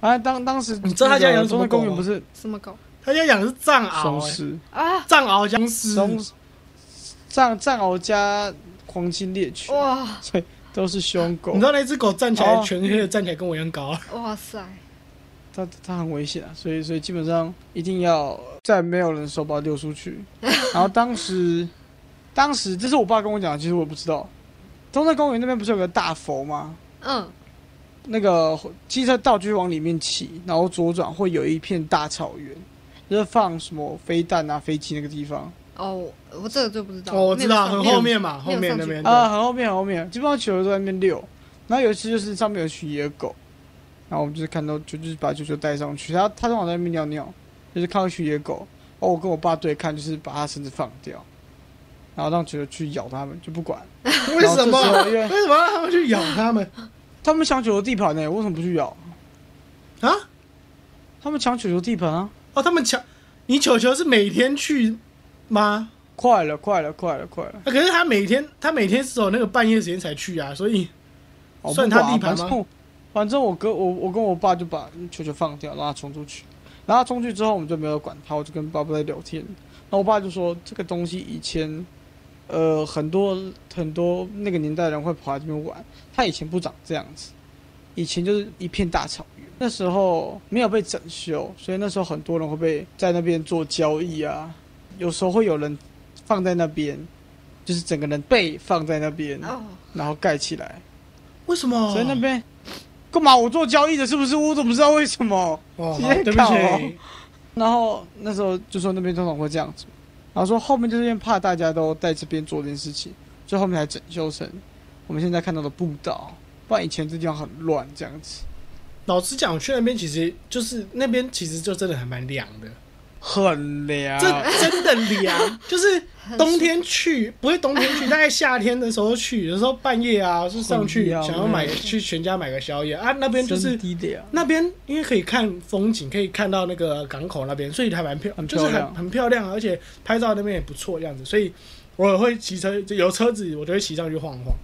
[SPEAKER 2] 啊，当当时
[SPEAKER 1] 你知道他家养什
[SPEAKER 2] 中
[SPEAKER 1] 么
[SPEAKER 2] 正
[SPEAKER 1] 狗
[SPEAKER 2] 公园
[SPEAKER 1] 吗
[SPEAKER 2] 不是
[SPEAKER 3] 什么狗
[SPEAKER 1] 他家养的是藏
[SPEAKER 2] 松
[SPEAKER 1] 獒、欸，
[SPEAKER 2] 狮，
[SPEAKER 3] 啊？
[SPEAKER 1] 藏獒僵尸，
[SPEAKER 2] 松藏藏獒加黄金猎犬
[SPEAKER 3] 哇
[SPEAKER 2] 都是凶狗
[SPEAKER 1] 你知，道那只狗站起来
[SPEAKER 2] 哦
[SPEAKER 1] 全黑的站起来跟我一样高，啊
[SPEAKER 3] 哇塞！
[SPEAKER 2] 它它很危险啊，所以所以基本上一定要在没有人的时候把它溜出去。然后当时当时这是我爸跟我讲的，其实我也不知道。中正公园那边不是有个大佛吗？
[SPEAKER 3] 嗯，
[SPEAKER 2] 那个机车道具往里面骑，然后左转会有一片大草原，就是放什么飞弹啊、飞机那个地方
[SPEAKER 3] 哦，我这个就不知道。
[SPEAKER 1] 哦，我知道，
[SPEAKER 3] 没有
[SPEAKER 1] 很
[SPEAKER 3] 上
[SPEAKER 1] 后面嘛，
[SPEAKER 3] 没
[SPEAKER 1] 后
[SPEAKER 3] 有
[SPEAKER 1] 面
[SPEAKER 3] 上
[SPEAKER 1] 那
[SPEAKER 3] 去
[SPEAKER 1] 边
[SPEAKER 2] 啊，
[SPEAKER 1] 的。
[SPEAKER 2] 很后面很后面，基本上球都在那边溜。然后有一次就是上面有一群野狗，然后我们就是看到就就是把球球带上去，他他正好在那边尿尿，就是看到一群野狗，哦，我跟我爸对看，就是把他绳子放掉，然后让球球去咬他们，就不管。
[SPEAKER 1] 为什么？
[SPEAKER 2] 然后这时候因
[SPEAKER 1] 为
[SPEAKER 2] 为
[SPEAKER 1] 什么让他们去咬他们
[SPEAKER 2] 他们抢球球地盘呢、为什么不去咬？
[SPEAKER 1] 啊？
[SPEAKER 2] 他们抢球球地盘啊！
[SPEAKER 1] 哦，他们抢你球球是每天去吗？
[SPEAKER 2] 快了，快了，快了，快了！
[SPEAKER 1] 啊可是他每天他每天是有那个半夜时间才去啊，所以
[SPEAKER 2] 哦、
[SPEAKER 1] 算
[SPEAKER 2] 不
[SPEAKER 1] 他
[SPEAKER 2] 管啊
[SPEAKER 1] 地盘
[SPEAKER 2] 反
[SPEAKER 1] 吗
[SPEAKER 2] 正我反正我跟我我跟我爸就把球球放掉，让他冲出去。然后他冲去之后，我们就没有管他，我就跟爸爸在聊天。然后我爸就说：“这个东西以前，呃，很多很多那个年代的人会跑来这边玩，他以前不长这样子，以前就是一片大草原。那时候没有被整修，所以那时候很多人会被在那边做交易啊。有时候会有人放在那边，就是整个人被放在那边，
[SPEAKER 3] 哦，
[SPEAKER 2] 然后盖起来。”
[SPEAKER 1] 为什么？
[SPEAKER 2] 所以那边干嘛？我做交易的，是不是？我怎么知道为什么？
[SPEAKER 1] 哦，
[SPEAKER 2] 直
[SPEAKER 1] 好
[SPEAKER 2] 接
[SPEAKER 1] 对不
[SPEAKER 2] 搞
[SPEAKER 1] 起，
[SPEAKER 2] 然后那时候就说那边通常会这样子，然后说后面就是因为怕大家都在这边做这件事情，所以后面才整修成我们现在看到的步道，不然以前这地方很乱这样子。
[SPEAKER 1] 老实讲，我去那边其实就是那边其实就真的还蛮凉的，
[SPEAKER 2] 很凉，
[SPEAKER 1] 这真的凉，就是冬天去不会冬天去，大概夏天的时候去，有时候半夜啊就上去
[SPEAKER 2] 很凉
[SPEAKER 1] 想要买
[SPEAKER 2] 欸
[SPEAKER 1] 去全家买个宵夜啊，那边就是
[SPEAKER 2] 低凉。
[SPEAKER 1] 那边因为可以看风景，可以看到那个港口那边，所以还蛮漂，
[SPEAKER 2] 很
[SPEAKER 1] 就是
[SPEAKER 2] 漂
[SPEAKER 1] 很
[SPEAKER 2] 亮
[SPEAKER 1] 很漂亮啊，而且拍照那边也不错这样子，所以我会骑车，就有车子我就会骑上去晃晃。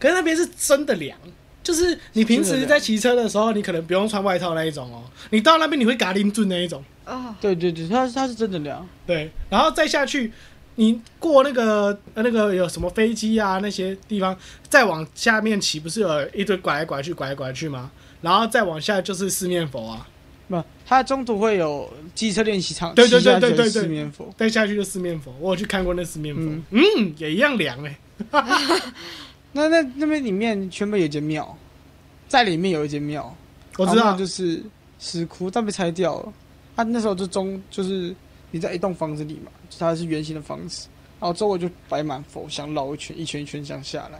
[SPEAKER 1] 可是那边是真的凉，就是你平
[SPEAKER 2] 真的
[SPEAKER 1] 时
[SPEAKER 2] 凉
[SPEAKER 1] 在骑车的时候，你可能不用穿外套那一种哦、你到那边你会嘎拎住那一种，
[SPEAKER 3] 哦，
[SPEAKER 2] 对对对，它它是真的凉，
[SPEAKER 1] 对，然后再下去。你过那个呃那个有什么飞机啊那些地方，再往下面骑，不是有一堆拐来拐去、拐来拐去吗？然后再往下就是四面佛啊，
[SPEAKER 2] 不，它中途会有机车练习场，
[SPEAKER 1] 对对
[SPEAKER 2] 骑下
[SPEAKER 1] 对对
[SPEAKER 2] 去
[SPEAKER 1] 对
[SPEAKER 2] 四
[SPEAKER 1] 对
[SPEAKER 2] 面佛，
[SPEAKER 1] 再下去就四面佛，我有去看过那四面佛，嗯
[SPEAKER 2] 嗯
[SPEAKER 1] 也一样凉哎、
[SPEAKER 2] 那那那边里面全部有一间庙，在里面有一间庙，
[SPEAKER 1] 我知
[SPEAKER 2] 然后
[SPEAKER 1] 道
[SPEAKER 2] 庙，就是石窟，但被拆掉了。它那时候就中就是你在一栋房子里嘛，它是圆形的房子，然后周围就摆满佛像，绕一圈一圈一圈这样下来。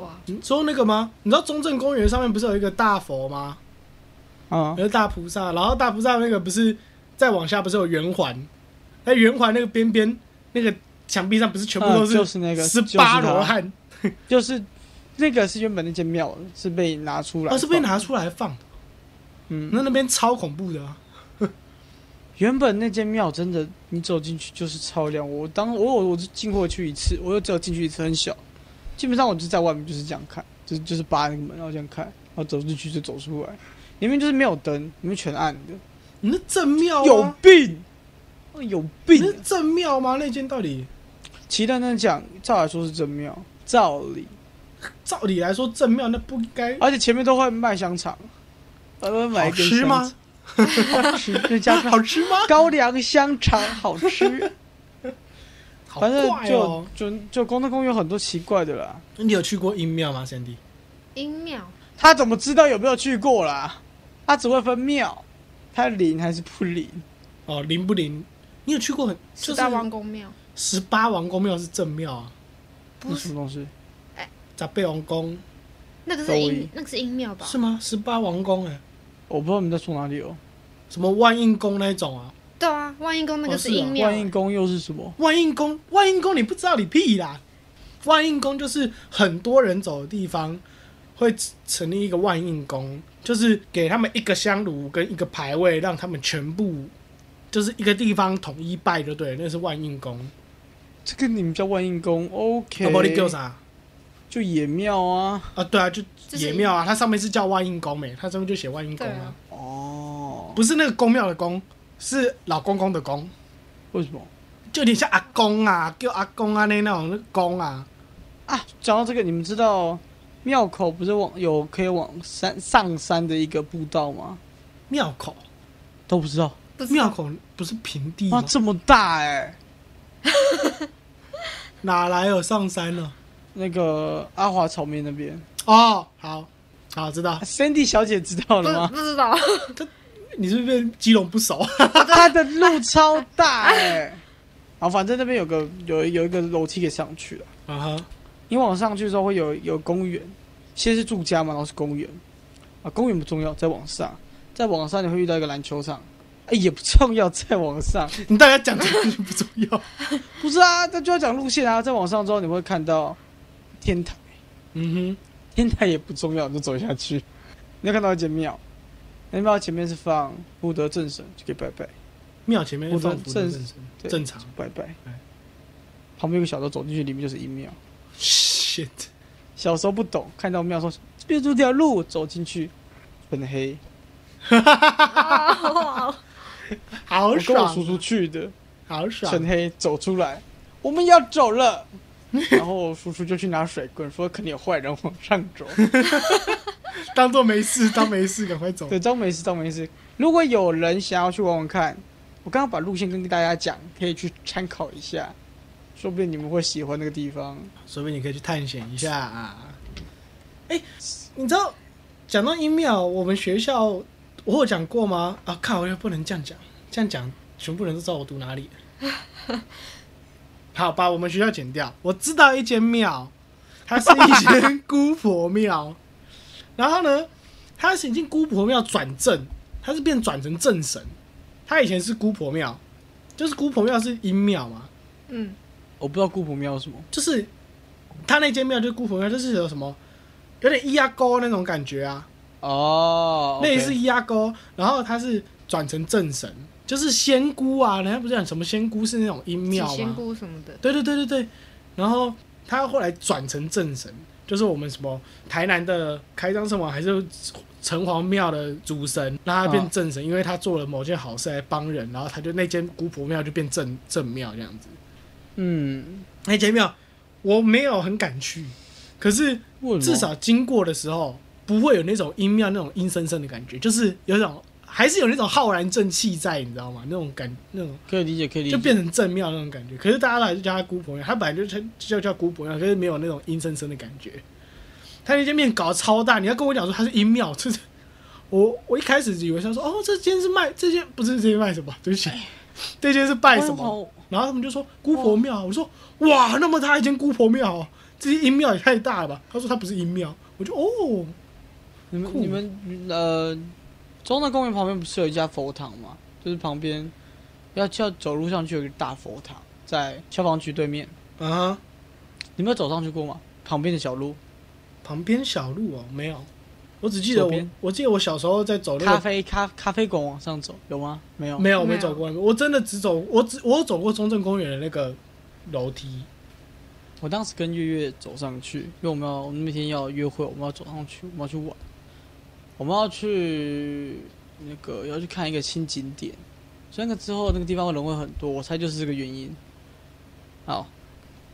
[SPEAKER 3] 哇，
[SPEAKER 1] 你说那个吗？你知道中正公园上面不是有一个大佛吗？
[SPEAKER 2] 啊、
[SPEAKER 1] 有一个大菩萨，然后大菩萨那个不是再往下不是有圆环，在圆环那个边边那个墙壁上不是全部都
[SPEAKER 2] 嗯就是那个
[SPEAKER 1] 十八
[SPEAKER 2] 就是它
[SPEAKER 1] 罗汉，
[SPEAKER 2] 就是那个是原本那间庙是被拿出来，
[SPEAKER 1] 哦是被，拿出来放的，
[SPEAKER 2] 嗯，
[SPEAKER 1] 那那边超恐怖的啊、
[SPEAKER 2] 原本那间庙真的，你走进去就是超亮。我当我我我就进过去一次，我又只有进去一次，很小。基本上我就在外面就是这样看，就是就是扒那个门，然后这样看，然后走进去就走出来，里面就是没有灯，里面全暗的，
[SPEAKER 1] 你那正庙
[SPEAKER 2] 有
[SPEAKER 1] 吗？
[SPEAKER 2] 病，哦有
[SPEAKER 1] 你
[SPEAKER 2] 病
[SPEAKER 1] 那
[SPEAKER 2] 啊！
[SPEAKER 1] 正庙吗？那间到底
[SPEAKER 2] 齐丹丹讲，照来说是真庙，照理，
[SPEAKER 1] 照理来说正庙那不应该
[SPEAKER 2] 而且前面都会卖香肠，呃我会买
[SPEAKER 1] 好
[SPEAKER 2] 一根
[SPEAKER 1] 吃吗？
[SPEAKER 2] 香肠？好吃，再 加上
[SPEAKER 1] 好吃吗？
[SPEAKER 2] 高粱香肠好吃，
[SPEAKER 1] 好
[SPEAKER 2] 反正
[SPEAKER 1] 怪
[SPEAKER 2] 就、
[SPEAKER 1] 哦！
[SPEAKER 2] 就就公正公园有很多奇怪的啦。
[SPEAKER 1] 你有去过阴庙吗，Sandy？
[SPEAKER 3] 阴庙
[SPEAKER 2] 他怎么知道有没有去过啦？他只会分庙，他灵还是不灵？
[SPEAKER 1] 哦，灵不灵？你有去过很
[SPEAKER 3] 四
[SPEAKER 1] 就是
[SPEAKER 3] 大王公庙，
[SPEAKER 1] 十八王公庙是正庙啊，
[SPEAKER 3] 不
[SPEAKER 2] 那
[SPEAKER 3] 是
[SPEAKER 2] 什么东西？
[SPEAKER 1] 杂贝王宫
[SPEAKER 3] 那个
[SPEAKER 2] 周
[SPEAKER 3] 是
[SPEAKER 2] 围
[SPEAKER 3] 阴，那个是阴庙吧？
[SPEAKER 1] 是吗？十八王宫哎、
[SPEAKER 2] 我不知道你们在说哪里哦。
[SPEAKER 1] 什么万应宫那一种啊？
[SPEAKER 3] 对啊，万应宫那
[SPEAKER 1] 哦
[SPEAKER 3] 个
[SPEAKER 1] 是啊
[SPEAKER 3] 阴庙
[SPEAKER 2] 万，应宫又是什么？
[SPEAKER 1] 万应宫，万应宫你不知道你屁啦！万应宫就是很多人走的地方，会成立一个万应宫，就是给他们一个香炉跟一个牌位，让他们全部就是一个地方统一拜就对了，那是万应宫。
[SPEAKER 2] 这个你们叫万应宫？OK，
[SPEAKER 1] 那不然你叫啥？
[SPEAKER 2] 就野庙啊。
[SPEAKER 1] 啊，对啊，就
[SPEAKER 3] 就是
[SPEAKER 1] 野庙啊，它上面是叫万应宫没，它上面就写万应宫
[SPEAKER 3] 对
[SPEAKER 1] 啊
[SPEAKER 3] 啊，
[SPEAKER 2] 哦，
[SPEAKER 1] 不是那个公庙的公，是老公公的公，
[SPEAKER 2] 为什么
[SPEAKER 1] 就有点像阿公啊，叫阿公啊那那种公啊，
[SPEAKER 2] 啊？讲到这个，你们知道庙口不是往有可以往山上山的一个步道吗？
[SPEAKER 1] 庙口，
[SPEAKER 2] 都不知道
[SPEAKER 3] 不是
[SPEAKER 1] 庙口不是平地
[SPEAKER 2] 哇，
[SPEAKER 1] 吗？
[SPEAKER 2] 这么大哎、
[SPEAKER 1] 哪来有上山呢？
[SPEAKER 2] 那个阿华草莓那边
[SPEAKER 1] 哦，好，好知道
[SPEAKER 2] 啊，，Sandy 小姐知道
[SPEAKER 3] 不
[SPEAKER 2] 了吗？
[SPEAKER 3] 不知道，
[SPEAKER 1] 你是不是跟基隆不熟？
[SPEAKER 2] 它的路超大哎、好，反正那边有个有有一个楼梯可以上去了。
[SPEAKER 1] 啊哈，
[SPEAKER 2] 你往上去之后会有有公园，先是住家嘛，然后是公园。啊，公园不重要，再往上，再往上你会遇到一个篮球场，哎、也不重要，再往上。
[SPEAKER 1] 你大概讲这个就不重要。
[SPEAKER 2] 不是啊，那就要讲路线啊。再往上之后你会看到天台，
[SPEAKER 1] 嗯
[SPEAKER 2] 天台也不重要，你就走下去，你会看到一间庙，那庙前面是放福德正神，就可以拜拜。
[SPEAKER 1] 哼，庙前面放
[SPEAKER 2] 我的
[SPEAKER 1] 福正
[SPEAKER 2] 正
[SPEAKER 1] 正
[SPEAKER 2] 对
[SPEAKER 1] 正常。
[SPEAKER 2] 拜拜
[SPEAKER 1] 哎。
[SPEAKER 2] 旁边有个小道走进去，里面就是一庙。
[SPEAKER 1] shit，
[SPEAKER 2] 小时候不懂，看到庙说这边有条路，走进去，很黑。
[SPEAKER 3] 哦
[SPEAKER 1] 好
[SPEAKER 2] 我跟我
[SPEAKER 1] 爽
[SPEAKER 2] 叔，叔去的，
[SPEAKER 1] 好
[SPEAKER 2] 很
[SPEAKER 1] 爽，
[SPEAKER 2] 黑，走出来，我们要走了。 然后叔叔就去拿水棍，说肯定有坏人往上 走。
[SPEAKER 1] 当做没事，当没事，赶快走。
[SPEAKER 2] 对，当没事，当没事。如果有人想要去玩玩看，我刚刚把路线跟大家讲，可以去参考一下，说不定你们会喜欢那个地方。
[SPEAKER 1] 随便你可以去探险一下啊。哎、你知道讲到音庙，我们学校我有讲过吗？啊靠，我又不能这样讲，这样讲全部人都知道我读哪里 了。好，把我们学校剪掉。我知道一间庙，它是一间姑婆庙。然后呢，它是已经姑婆庙转正，它是变转成正神。它以前是姑婆庙，就是姑婆庙是阴庙嘛，
[SPEAKER 3] 嗯，
[SPEAKER 2] 我不知道姑婆庙有什么，
[SPEAKER 1] 就是它那间庙就是姑婆庙，就是有什么有点咿呀沟那种感觉啊。
[SPEAKER 2] 哦，
[SPEAKER 1] 类
[SPEAKER 2] OK
[SPEAKER 1] 似压沟，然后它是转成正神，就是仙姑啊，人家不是讲什么仙姑是那种阴
[SPEAKER 3] 几
[SPEAKER 1] 庙
[SPEAKER 3] 仙
[SPEAKER 1] 吗？
[SPEAKER 3] 姑什么的，
[SPEAKER 1] 对对对对对，然后他后来转成正神，就是我们什么台南的开张圣王还是城隍庙的主神，让他变正神，因为他做了某件好事来帮人，然后他就那间姑婆庙就变正正庙这样子。
[SPEAKER 2] 嗯，
[SPEAKER 1] 那间庙我没有很敢去，可是
[SPEAKER 2] 为什么
[SPEAKER 1] 至少经过的时候不会有那种阴庙那种阴森森的感觉，就是有一种还是有那种浩然正气在，你知道吗？那种感那种
[SPEAKER 2] 可以理解，可以理解，
[SPEAKER 1] 就变成正庙那种感觉。可是大家还是叫它姑婆庙，它本来就叫就叫姑婆庙，可是没有那种阴森森的感觉。它那间面搞得超大，你要跟我讲说它是阴庙，就是我我一开始以为他说哦，这间是卖这间不是这间卖什么，对不起，这间是拜什么？
[SPEAKER 2] 哦？
[SPEAKER 1] 然后他们就说姑婆庙，我说哇，那么大一间姑婆庙、哦，这些阴庙也太大了吧？他说他不是阴庙，我就哦，
[SPEAKER 2] 你们
[SPEAKER 1] 酷
[SPEAKER 2] 你们呃，中正公园旁边不是有一家佛堂吗？就是旁边要要走路上去有一个大佛堂，在消防局对面。
[SPEAKER 1] 啊，
[SPEAKER 2] 你们有走上去过吗？旁边的小路，
[SPEAKER 1] 旁边小路哦，没有，我只记得
[SPEAKER 2] 左
[SPEAKER 1] 我
[SPEAKER 2] 边，
[SPEAKER 1] 我记得我小时候在走那
[SPEAKER 2] 咖
[SPEAKER 1] 个，
[SPEAKER 2] 啡咖咖啡馆往上走，有吗？没有。
[SPEAKER 1] 没有，我
[SPEAKER 3] 没
[SPEAKER 1] 没
[SPEAKER 3] 有
[SPEAKER 1] 走过，我真的只走，我只我有走过中正公园的那个楼梯，
[SPEAKER 2] 我当时跟月月走上去，因为我们要我们那天要约会，我们要走上去，我们要去玩，我们要去那个要去看一个新景点，所以那个之后那个地方会人会很多，我猜就是这个原因。好，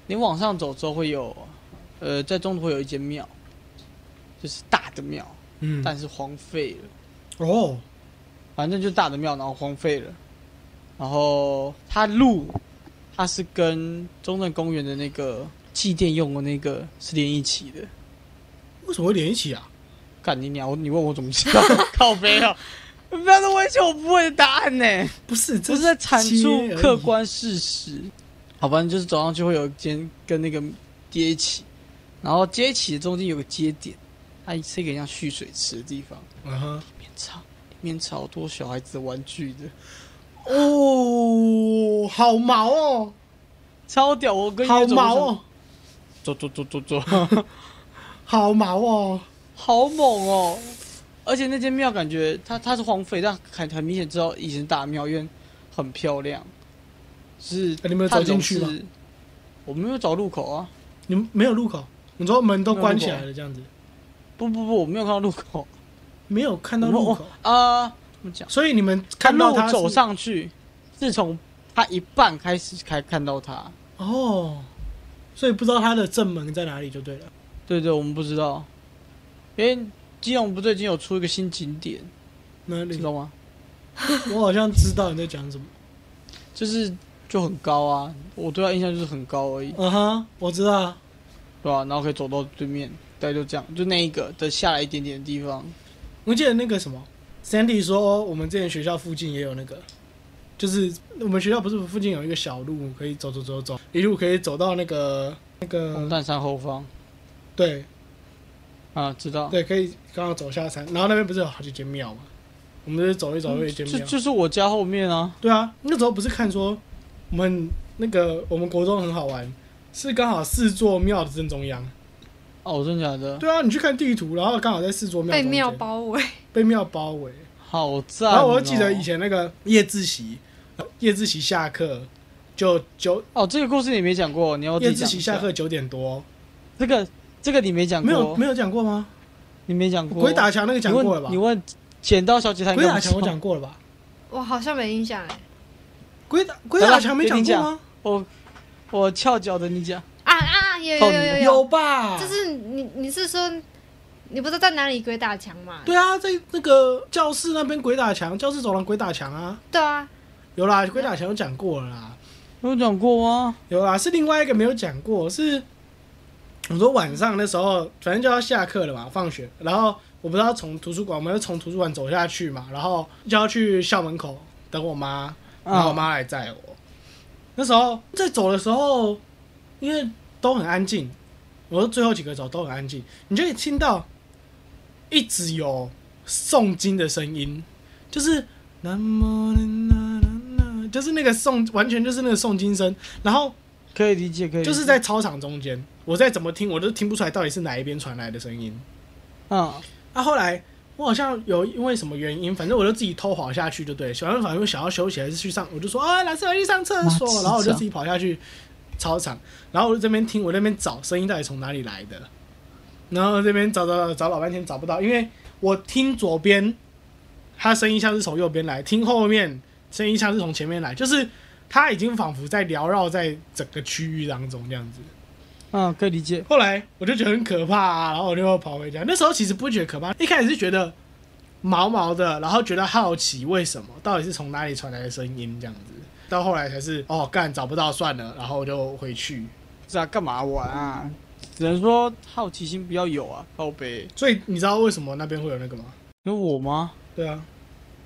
[SPEAKER 2] 你往上走之后会有，呃，在中途会有一间庙，就是大的庙，
[SPEAKER 1] 嗯，
[SPEAKER 2] 但是荒废了。
[SPEAKER 1] 哦，
[SPEAKER 2] 反正就大的庙，然后荒废了。然后它路，它是跟中正公园的那个祭奠用的那个是连一起的。
[SPEAKER 1] 为什么会连一起啊？
[SPEAKER 2] 干你娘！我你问我怎么知道？ 靠背啊！不要再问一些我不会的答案呢、
[SPEAKER 1] 不是，
[SPEAKER 2] 这
[SPEAKER 1] 这
[SPEAKER 2] 是在阐
[SPEAKER 1] 切
[SPEAKER 2] 述
[SPEAKER 1] 而已
[SPEAKER 2] 客，观事实。好，反正就是早上就会有一间跟那个街起，然后街起的中间有个街点，它是一个像蓄水池的地方，
[SPEAKER 1] 嗯哼，
[SPEAKER 2] 里面超里面超多小孩子的玩具的。
[SPEAKER 1] 哦，好毛哦，
[SPEAKER 2] 超屌！我跟你
[SPEAKER 1] 好毛哦，
[SPEAKER 2] 走走走走走，
[SPEAKER 1] 好毛哦，
[SPEAKER 2] 好猛哦！而且那间庙感觉它它是荒废，但很很明显知道以前大庙，因为很漂亮。是
[SPEAKER 1] 哎那你们有
[SPEAKER 2] 它
[SPEAKER 1] 走进去
[SPEAKER 2] 容
[SPEAKER 1] 吗
[SPEAKER 2] 是？我没有找入口啊！
[SPEAKER 1] 你们没有入口，你说门都
[SPEAKER 2] 没有
[SPEAKER 1] 关
[SPEAKER 2] 入
[SPEAKER 1] 起
[SPEAKER 2] 口
[SPEAKER 1] 来了这样子。
[SPEAKER 2] 不不不，我没有看到入口。
[SPEAKER 1] 没有看到
[SPEAKER 2] 我
[SPEAKER 1] 入
[SPEAKER 2] 我
[SPEAKER 1] 口，
[SPEAKER 2] 啊、怎么讲？
[SPEAKER 1] 所以你们看到他
[SPEAKER 2] 它路
[SPEAKER 1] 是
[SPEAKER 2] 走上去，自从它一半开始才看到它。
[SPEAKER 1] 哦，所以不知道他的正门在哪里就对了。
[SPEAKER 2] 对对，我们不知道，因为基隆不最近有出一个新景点，
[SPEAKER 1] 那
[SPEAKER 2] 知
[SPEAKER 1] 里
[SPEAKER 2] 道吗？
[SPEAKER 1] 我好像知道你在讲什么。
[SPEAKER 2] 就是就很高啊，我对他印象就是很高而已，
[SPEAKER 1] 嗯哼，我知道啊。
[SPEAKER 2] 对吧、然后可以走到对面，大概就这样，就那一个的下来一点点的地方，
[SPEAKER 1] 我记得那个什么，Sandy 说我们之前学校附近也有那个，就是我们学校不是附近有一个小路可以走走走走，一路可以走到那个那
[SPEAKER 2] 红
[SPEAKER 1] 个
[SPEAKER 2] 蛋山后方
[SPEAKER 1] 对
[SPEAKER 2] 啊，知道，
[SPEAKER 1] 对，可以刚刚走下山，然后那边不是有好几间庙吗？我们就是走一走，有一间
[SPEAKER 2] 就
[SPEAKER 1] 庙。
[SPEAKER 2] 就是我家后面啊，
[SPEAKER 1] 对啊，那时候不是看说我们那个我们国中很好玩，是刚好四座庙的正中央。
[SPEAKER 2] 哦，真的假的，
[SPEAKER 1] 对啊，你去看地图，然后刚好在四座庙中
[SPEAKER 3] 被
[SPEAKER 1] 间
[SPEAKER 3] 庙包围，
[SPEAKER 1] 被庙包围。
[SPEAKER 2] 好赞、哦。
[SPEAKER 1] 然后我就记得以前那个夜自习，呃夜自习下课就九
[SPEAKER 2] 哦，这个故事你没讲过，哦你要自
[SPEAKER 1] 夜
[SPEAKER 2] 己
[SPEAKER 1] 自
[SPEAKER 2] 讲一
[SPEAKER 1] 习下课九点多，
[SPEAKER 2] 这个这个你没讲过，
[SPEAKER 1] 没有没有讲过吗？
[SPEAKER 2] 你没讲过，
[SPEAKER 1] 鬼打墙那个讲
[SPEAKER 2] 你问
[SPEAKER 1] 过了吧
[SPEAKER 2] 你？问剪刀小姐她应
[SPEAKER 1] 鬼
[SPEAKER 2] 该
[SPEAKER 1] 打
[SPEAKER 2] 不知道，
[SPEAKER 1] 墙我讲过了吧？
[SPEAKER 3] 我好像没印象哎。
[SPEAKER 1] 鬼打鬼
[SPEAKER 2] 来
[SPEAKER 1] 打
[SPEAKER 2] 吧
[SPEAKER 1] 墙没
[SPEAKER 2] 给
[SPEAKER 1] 讲
[SPEAKER 2] 你
[SPEAKER 1] 过吗？
[SPEAKER 2] 我我翘脚的你讲，
[SPEAKER 3] 啊啊，有
[SPEAKER 2] 靠
[SPEAKER 1] 哦
[SPEAKER 3] 有
[SPEAKER 2] 你
[SPEAKER 3] 有有
[SPEAKER 1] 有，吧？
[SPEAKER 3] 就是你你是说你不知道在哪里鬼打墙吗？
[SPEAKER 1] 对啊，在那个教室那边鬼打墙，教室走廊鬼打墙啊，
[SPEAKER 3] 对啊，
[SPEAKER 1] 有啦，鬼打墙有讲过了啦。
[SPEAKER 2] 有讲过吗？
[SPEAKER 1] 有啊，是另外一个没有讲过，是我说晚上那时候，反正就要下课了嘛，放学，然后我不知道从图书馆，我们就从图书馆走下去嘛，然后就要去校门口等我妈，
[SPEAKER 2] 啊
[SPEAKER 1] 然后我妈来载我。那时候在走的时候，因为都很安静，我我说最后几个走都很安静，你就可以听到一直有诵经的声音，就是南无那那那，就是那个诵，完全就是那个诵经声。然后
[SPEAKER 2] 可以理解，可以理解
[SPEAKER 1] 就是在操场中间，我再怎么听，我都听不出来到底是哪一边传来的声音。
[SPEAKER 2] 嗯，
[SPEAKER 1] 啊，后来我好像有因为什么原因，反正我就自己偷跑下去，就对。小正反正想要休息还是去上，我就说啊，老师我要去上厕所
[SPEAKER 2] 哇智，障
[SPEAKER 1] 然后我就自己跑下去操场，然后我就这边听，我那边找声音到底从哪里来的，然后这边找找找找老半天找不到，因为我听左边，他声音像是从右边来；听后面声音像是从前面来，就是他已经仿佛在缭绕在整个区域当中这样子。
[SPEAKER 2] 嗯，可以理解，
[SPEAKER 1] 后来我就觉得很可怕、啊，然后我就跑回家。那时候其实不觉得可怕，一开始是觉得毛毛的，然后觉得好奇为什么，到底是从哪里传来的声音这样子。到后来才是哦，干找不到算了，然后我就回去。
[SPEAKER 2] 是啊，干嘛玩啊？只能说好奇心不要有啊，靠背。
[SPEAKER 1] 所以你知道为什么那边会有那个吗？
[SPEAKER 2] 有我吗？
[SPEAKER 1] 对啊，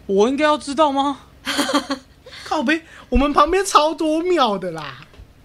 [SPEAKER 2] 我应该要知道吗？
[SPEAKER 1] 靠背，我们旁边超多庙的啦，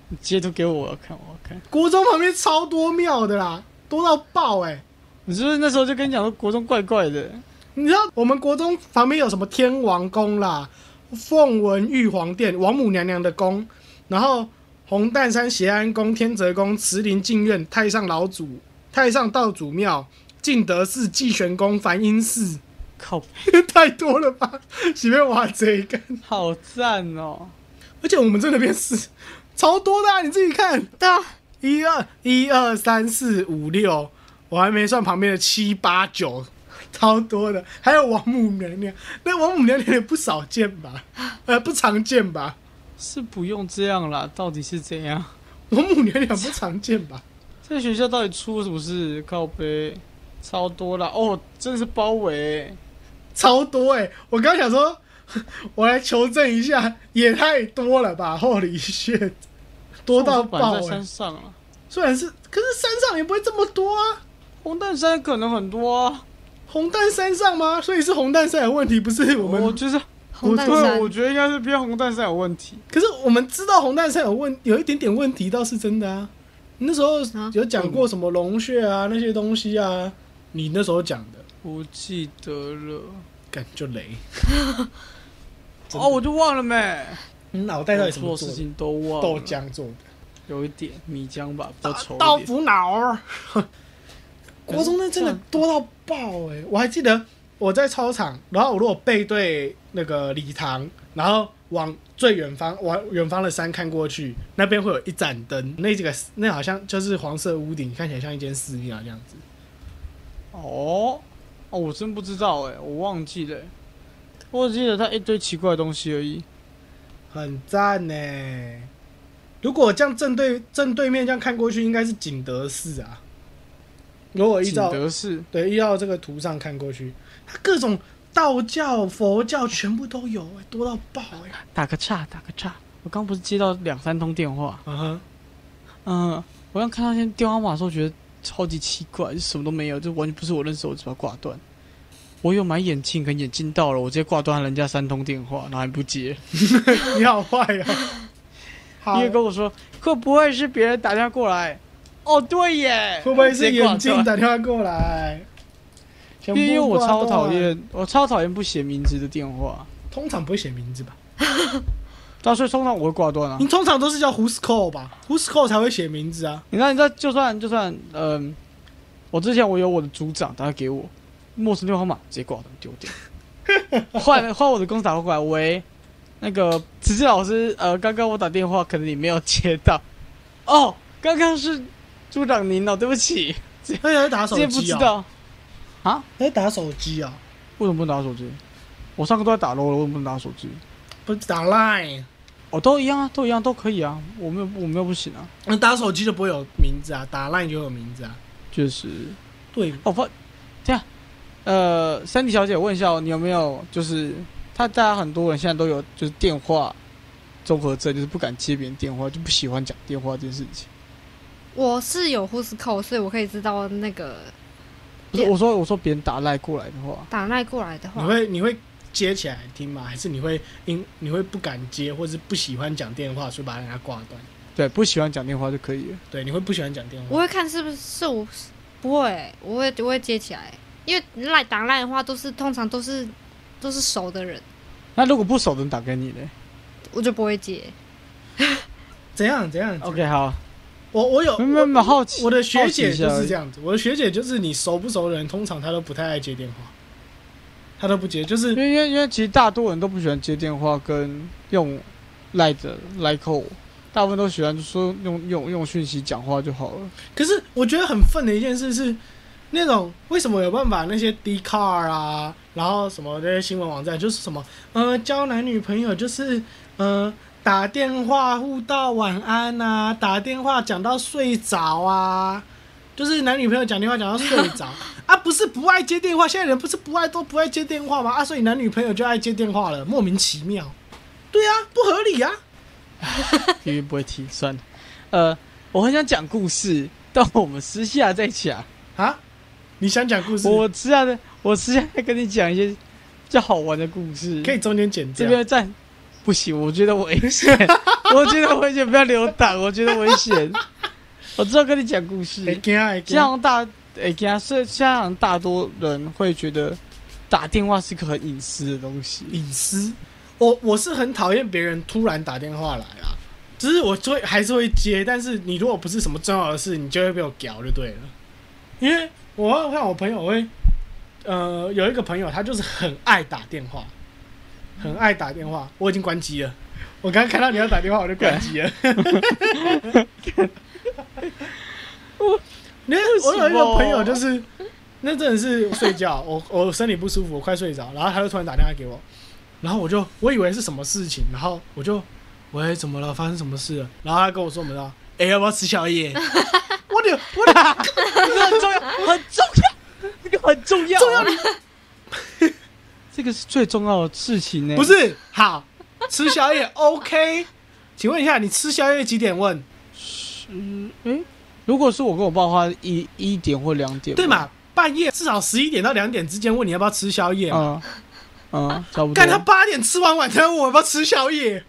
[SPEAKER 2] 你截图给我，我要看，我要看。
[SPEAKER 1] 国中旁边超多庙的啦，多到爆哎、
[SPEAKER 2] 你是不是那时候就跟你讲说国中怪怪的？
[SPEAKER 1] 你知道我们国中旁边有什么天王宫啦、凤文玉皇殿、王母娘娘的宫，然后红淡山协安宫、天泽宫、慈林净院、太上老祖、太上道祖庙、敬德寺、济玄宫、梵音寺，
[SPEAKER 2] 靠北，
[SPEAKER 1] 太多了吧？ 随便挖这一个，
[SPEAKER 2] 好赞哦！
[SPEAKER 1] 而且我们这那边是超多的、啊，你自己看，
[SPEAKER 3] 对啊，
[SPEAKER 1] 一二一二三四五六，我还没算旁边的七八九，超多的，还有王母娘娘，那王母娘娘也不少见吧？呃，不常见吧？
[SPEAKER 2] 是不用这样啦，到底是怎样？
[SPEAKER 1] 王母娘娘不常见吧？
[SPEAKER 2] 这学校到底出了什么事？靠背，超多啦！哦，真的是包围、
[SPEAKER 1] 超多哎、我刚想说， 我来求证一下，也太多了吧？Holy shit，多到爆
[SPEAKER 2] 板在
[SPEAKER 1] 哎、
[SPEAKER 2] 山上啊，
[SPEAKER 1] 虽然是，可是山上也不会这么多啊。
[SPEAKER 2] 红蛋山可能很多啊。
[SPEAKER 1] 红蛋山上吗？所以是红蛋山的问题，不是我
[SPEAKER 2] 我
[SPEAKER 1] 们。
[SPEAKER 2] 就是
[SPEAKER 3] 红蛋
[SPEAKER 2] 对，
[SPEAKER 3] 山
[SPEAKER 2] 我觉得应该是偏红蛋山有问题。
[SPEAKER 1] 可是我们知道红蛋山有问有一点点问题，倒是真的啊。你那时候
[SPEAKER 3] 啊
[SPEAKER 1] 有讲过什么龙穴啊那些东西啊，你那时候讲的，
[SPEAKER 2] 不记得了，
[SPEAKER 1] 感就雷。 真的
[SPEAKER 2] 哦，我就忘了没。
[SPEAKER 1] 你脑袋到底什
[SPEAKER 2] 所
[SPEAKER 1] 么
[SPEAKER 2] 有
[SPEAKER 1] 做
[SPEAKER 2] 事
[SPEAKER 1] 的？
[SPEAKER 2] 情都忘了。
[SPEAKER 1] 豆，浆做的，
[SPEAKER 2] 有一点米浆吧，比较稠一点。
[SPEAKER 1] 豆腐脑儿。国中那真的多到爆哎、我还记得我在操场，然后我如果背对那个礼堂，然后往最远方往远方的山看过去，那边会有一盏灯，那这个那好像就是黄色屋顶，看起来像一间寺庙这样子。
[SPEAKER 2] 哦，哦，我真不知道哎、我忘记了欸、我只记得它一堆奇怪的东西而已。
[SPEAKER 1] 很赞呢。如果这样正对正对面这样看过去，应该是景德寺啊。如果依
[SPEAKER 2] 景
[SPEAKER 1] 照
[SPEAKER 2] 德寺，
[SPEAKER 1] 对依照这个图上看过去，它各种道教、佛教全部都有、哎多到爆哎、
[SPEAKER 2] 打个岔，打个岔，我刚不是接到两三通电话，
[SPEAKER 1] 嗯哼，
[SPEAKER 2] 嗯，我刚看到那些电话号码的时候，觉得超级奇怪，就什么都没有，就完全不是我认识，我只把它挂断。我有买眼镜，跟眼镜到了，我直接挂断人家三通电话，然后还不接。
[SPEAKER 1] 你好坏哦、 好，
[SPEAKER 2] 一个
[SPEAKER 1] 会
[SPEAKER 2] 跟我说，会不会是别人打电话过来？哦，对耶，
[SPEAKER 1] 不会是眼
[SPEAKER 2] 直接挂
[SPEAKER 1] 镜
[SPEAKER 2] 断
[SPEAKER 1] 打电话过来？全部
[SPEAKER 2] 因为我
[SPEAKER 1] 挂
[SPEAKER 2] 超
[SPEAKER 1] 断
[SPEAKER 2] 讨，厌，我超讨厌不写名字的电话，
[SPEAKER 1] 通常不会写名字吧？
[SPEAKER 2] 到时候通常我会挂断啊
[SPEAKER 1] 你。通常都是叫 Who's Call 吧？Who's Call 才会写名字啊。
[SPEAKER 2] 你知道，你知道，就算就算，嗯、我之前我有我的组长打给我，陌生电话号码直接挂断丢 掉。换换我的公司打过来，喂，那个子志老师，呃，刚刚我打电话，可能你没有接到。哦，刚刚是组长您哦，对不起，
[SPEAKER 1] 而且还打
[SPEAKER 2] 直
[SPEAKER 1] 手
[SPEAKER 2] 接不
[SPEAKER 1] 机
[SPEAKER 2] 知
[SPEAKER 1] 啊、
[SPEAKER 2] 道。
[SPEAKER 1] 还打手机啊、
[SPEAKER 2] 为什么不能打手机？我上课都在打 LO 了，为什么不能打手机？
[SPEAKER 1] 不是打 Line。
[SPEAKER 2] 哦，都一样啊，都一样，都可以啊，我没有，我没有不行啊，
[SPEAKER 1] 那打手机就不会有名字啊，打 LINE 就有名字啊。
[SPEAKER 2] 就是。
[SPEAKER 1] 对，
[SPEAKER 2] 哦不，这样，呃，三 D 小姐，我问一下哦，你有没有就是，他大家很多人现在都有就是电话综合症，就是不敢接别人电话，就不喜欢讲电话这件事情。
[SPEAKER 3] 我是有 Who's Call，所以我可以知道那个
[SPEAKER 2] 不是，
[SPEAKER 3] 对
[SPEAKER 2] 我说我说别人打赖过来的话，
[SPEAKER 3] 打赖过来的
[SPEAKER 1] 你
[SPEAKER 3] 话，
[SPEAKER 1] 会你会接起来听吗？还是你会因你会不敢接，或是不喜欢讲电话，所以把人家挂断？
[SPEAKER 2] 对，不喜欢讲电话就可以了。
[SPEAKER 1] 对，你会不喜欢讲电
[SPEAKER 3] 我
[SPEAKER 1] 话。
[SPEAKER 3] 会看是不是是我不会，我会我会接起来，因为赖打赖的话都是通常都是都是熟的人，
[SPEAKER 2] 那如果不熟的人打给你嘞
[SPEAKER 3] 我就不会接。
[SPEAKER 1] 怎样怎样
[SPEAKER 3] 哦
[SPEAKER 2] ？OK，好，
[SPEAKER 1] 我我有
[SPEAKER 2] 没没没好奇，
[SPEAKER 1] 我的
[SPEAKER 2] 好
[SPEAKER 1] 学
[SPEAKER 2] 奇
[SPEAKER 1] 姐
[SPEAKER 2] 一下
[SPEAKER 1] 就是这样子，我的学姐就是你熟不熟的人，通常她都不太爱接电话，她都不接，就是
[SPEAKER 2] 因为因为因为其实大多人都不喜欢接电话跟用赖着来 call，大部分都喜欢说用用用讯息讲话就好 了。
[SPEAKER 1] 可是我觉得很愤的一件事是，那种为什么有办法那些 D car 啊，然后什么那些新闻网站就是什么呃交男女朋友就是呃打电话互道晚安啊，打电话讲到睡着啊，就是男女朋友讲电话讲到睡着啊，不是不爱接电话，现在人不是不爱都不爱接电话吗？啊，所以男女朋友就爱接电话了，莫名其妙。对啊，不合理啊。
[SPEAKER 2] 因为不会听，算了。呃，我很想讲故事，但我们私下再讲。
[SPEAKER 1] 啊，你想讲故事，
[SPEAKER 2] 我私下的，我私下再跟你讲一些比较好玩的故事。
[SPEAKER 1] 可以中间剪
[SPEAKER 2] 这
[SPEAKER 1] 掉。
[SPEAKER 2] 边站不行，我觉得危险，我觉得危险，不要留档，我觉得危险。我知道跟你讲故事，
[SPEAKER 1] 会惊啊会
[SPEAKER 2] 现在
[SPEAKER 1] 惊
[SPEAKER 2] 好像大，哎、欸，他是现在好像大多人会觉得打电话是个很隐私的 东西。
[SPEAKER 1] 隐私。我我是很讨厌别人突然打电话来啦，只是我就会还是会接，但是你如果不是什么重要的事，你就会被我屌就对了。因为我看我朋友会，呃，有一个朋友他就是很爱打电话，很爱打电话，我已经关机了。我刚刚看到你要打电话，我就关 机了。因为我有一个朋友就是，那真的是睡觉，我我身体不舒服，我快睡着，然后他就突然打电话给我，然后我就我以为是什么事情，然后我就喂怎么了？发生什么事了？然后他跟我说我们道，哎、要不要吃宵夜？ 我的我的
[SPEAKER 2] 这个很重要，很重要，这个很重要。啊这个是最重要的事情呢、
[SPEAKER 1] 不是好吃宵 夜 OK？请问一下，你吃宵夜几点问？
[SPEAKER 2] 嗯，哎、如果是我跟我爸的话，一一点或两点，
[SPEAKER 1] 对？嘛？半夜至少十一点到两点之间问你要不要吃宵夜嘛？
[SPEAKER 2] 嗯嗯，差不多。
[SPEAKER 1] 干他八点吃完晚餐，问我要不要吃宵夜？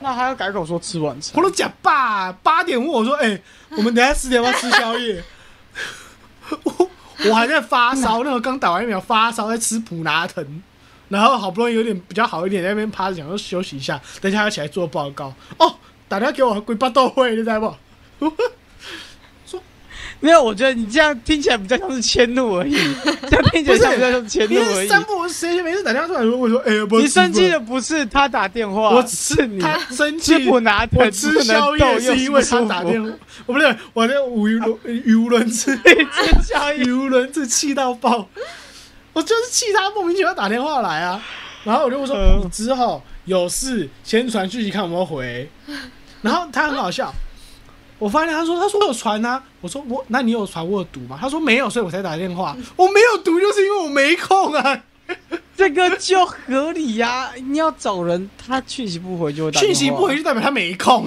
[SPEAKER 2] 那他要改口说吃晚餐
[SPEAKER 1] 我。都讲爸八点问我说：“哎、我们等一下十点要不要吃宵夜？” 我我还在发烧，那时候刚打完疫苗发烧，在吃普拿疼，然后好不容易有点比较好一点，在那边趴着想说休息一下，等一下要起来做报告。哦，打电话给我鬼巴豆会，你知道不？
[SPEAKER 2] 没有，我觉得你这样听起来比较像是迁 怒而已，这样听起来像比较像是迁
[SPEAKER 1] 你
[SPEAKER 2] 怒而
[SPEAKER 1] 是三
[SPEAKER 2] 已。
[SPEAKER 1] 不五时谁没事打电话出来说，我说：“哎、要不要
[SPEAKER 2] 你
[SPEAKER 1] 吃饭
[SPEAKER 2] 生气的不是他打电话，
[SPEAKER 1] 我
[SPEAKER 2] 是你
[SPEAKER 1] 他生气
[SPEAKER 2] 吃不拿
[SPEAKER 1] 我
[SPEAKER 2] 疼，
[SPEAKER 1] 吃宵夜是因为他打电
[SPEAKER 2] 话，
[SPEAKER 1] 话，我不对，我在无语语无伦次。”
[SPEAKER 2] 吃宵夜
[SPEAKER 1] 语无伦次，气到爆。我就是气他莫名其妙打电话来啊，然后我就说、哦
[SPEAKER 2] 嗯
[SPEAKER 1] 你之后有事先传讯息看有没有回，然后他很好笑，我发现他说他说我有传啊，我说我那你有传我有读吗？他说没有，所以我才打电话。我没有读就是因为我没空啊，
[SPEAKER 2] 这个就合理呀、 你要找人，他讯息不回就会打电
[SPEAKER 1] 讯
[SPEAKER 2] 话
[SPEAKER 1] 息不回，就代表他没空。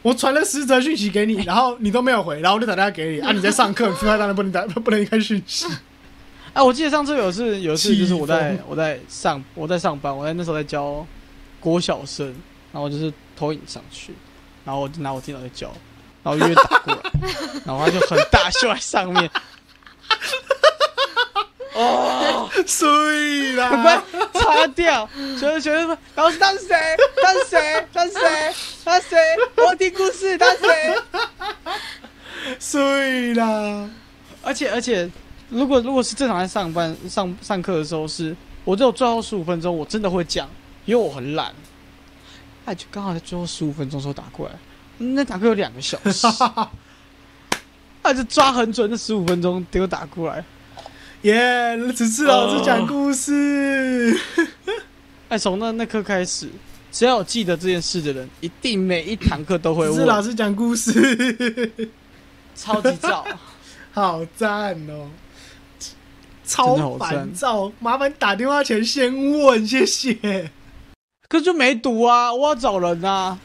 [SPEAKER 1] 我传了十则讯息给你，然后你都没有回，然后我就打电话给你啊，你在上课，你当然不能打， 不能看讯息。
[SPEAKER 2] 哎、我记得上次有次有次
[SPEAKER 1] 气
[SPEAKER 2] 就是我在
[SPEAKER 1] 疯
[SPEAKER 2] 我在上我在上班，我在那时候在教国小生，然后我就是投影上去，然后我就拿我电脑在教，然后约打 过来，然后他就很大笑在上面，哦，
[SPEAKER 1] 所以 啦，
[SPEAKER 2] 赶快擦掉，全部全部，老师他是谁？他是谁？他是谁？他是谁？我要听故事，他是谁？
[SPEAKER 1] 所以啦。
[SPEAKER 2] 而且而且，如果如果是正常在上班上上课的时候是，我只有最后十五分钟我真的会讲，因为我很懒。哎，就刚好在最后十五分钟的时候打过来，那打过来有两个小 时，他就抓很准，那十五分钟给我打过来。
[SPEAKER 1] 耶！此次老师讲故事，
[SPEAKER 2] 哎，从那那刻开始，只要有记得这件事的人，一定每一堂课都会
[SPEAKER 1] 此次老
[SPEAKER 2] 问，
[SPEAKER 1] 师讲故事，
[SPEAKER 2] 超级照。
[SPEAKER 1] 好赞哦！
[SPEAKER 2] 的
[SPEAKER 1] 超
[SPEAKER 2] 好赞
[SPEAKER 1] 烦躁，麻烦打电话前先问，谢谢。
[SPEAKER 2] 可就没读啊，我要找人啊。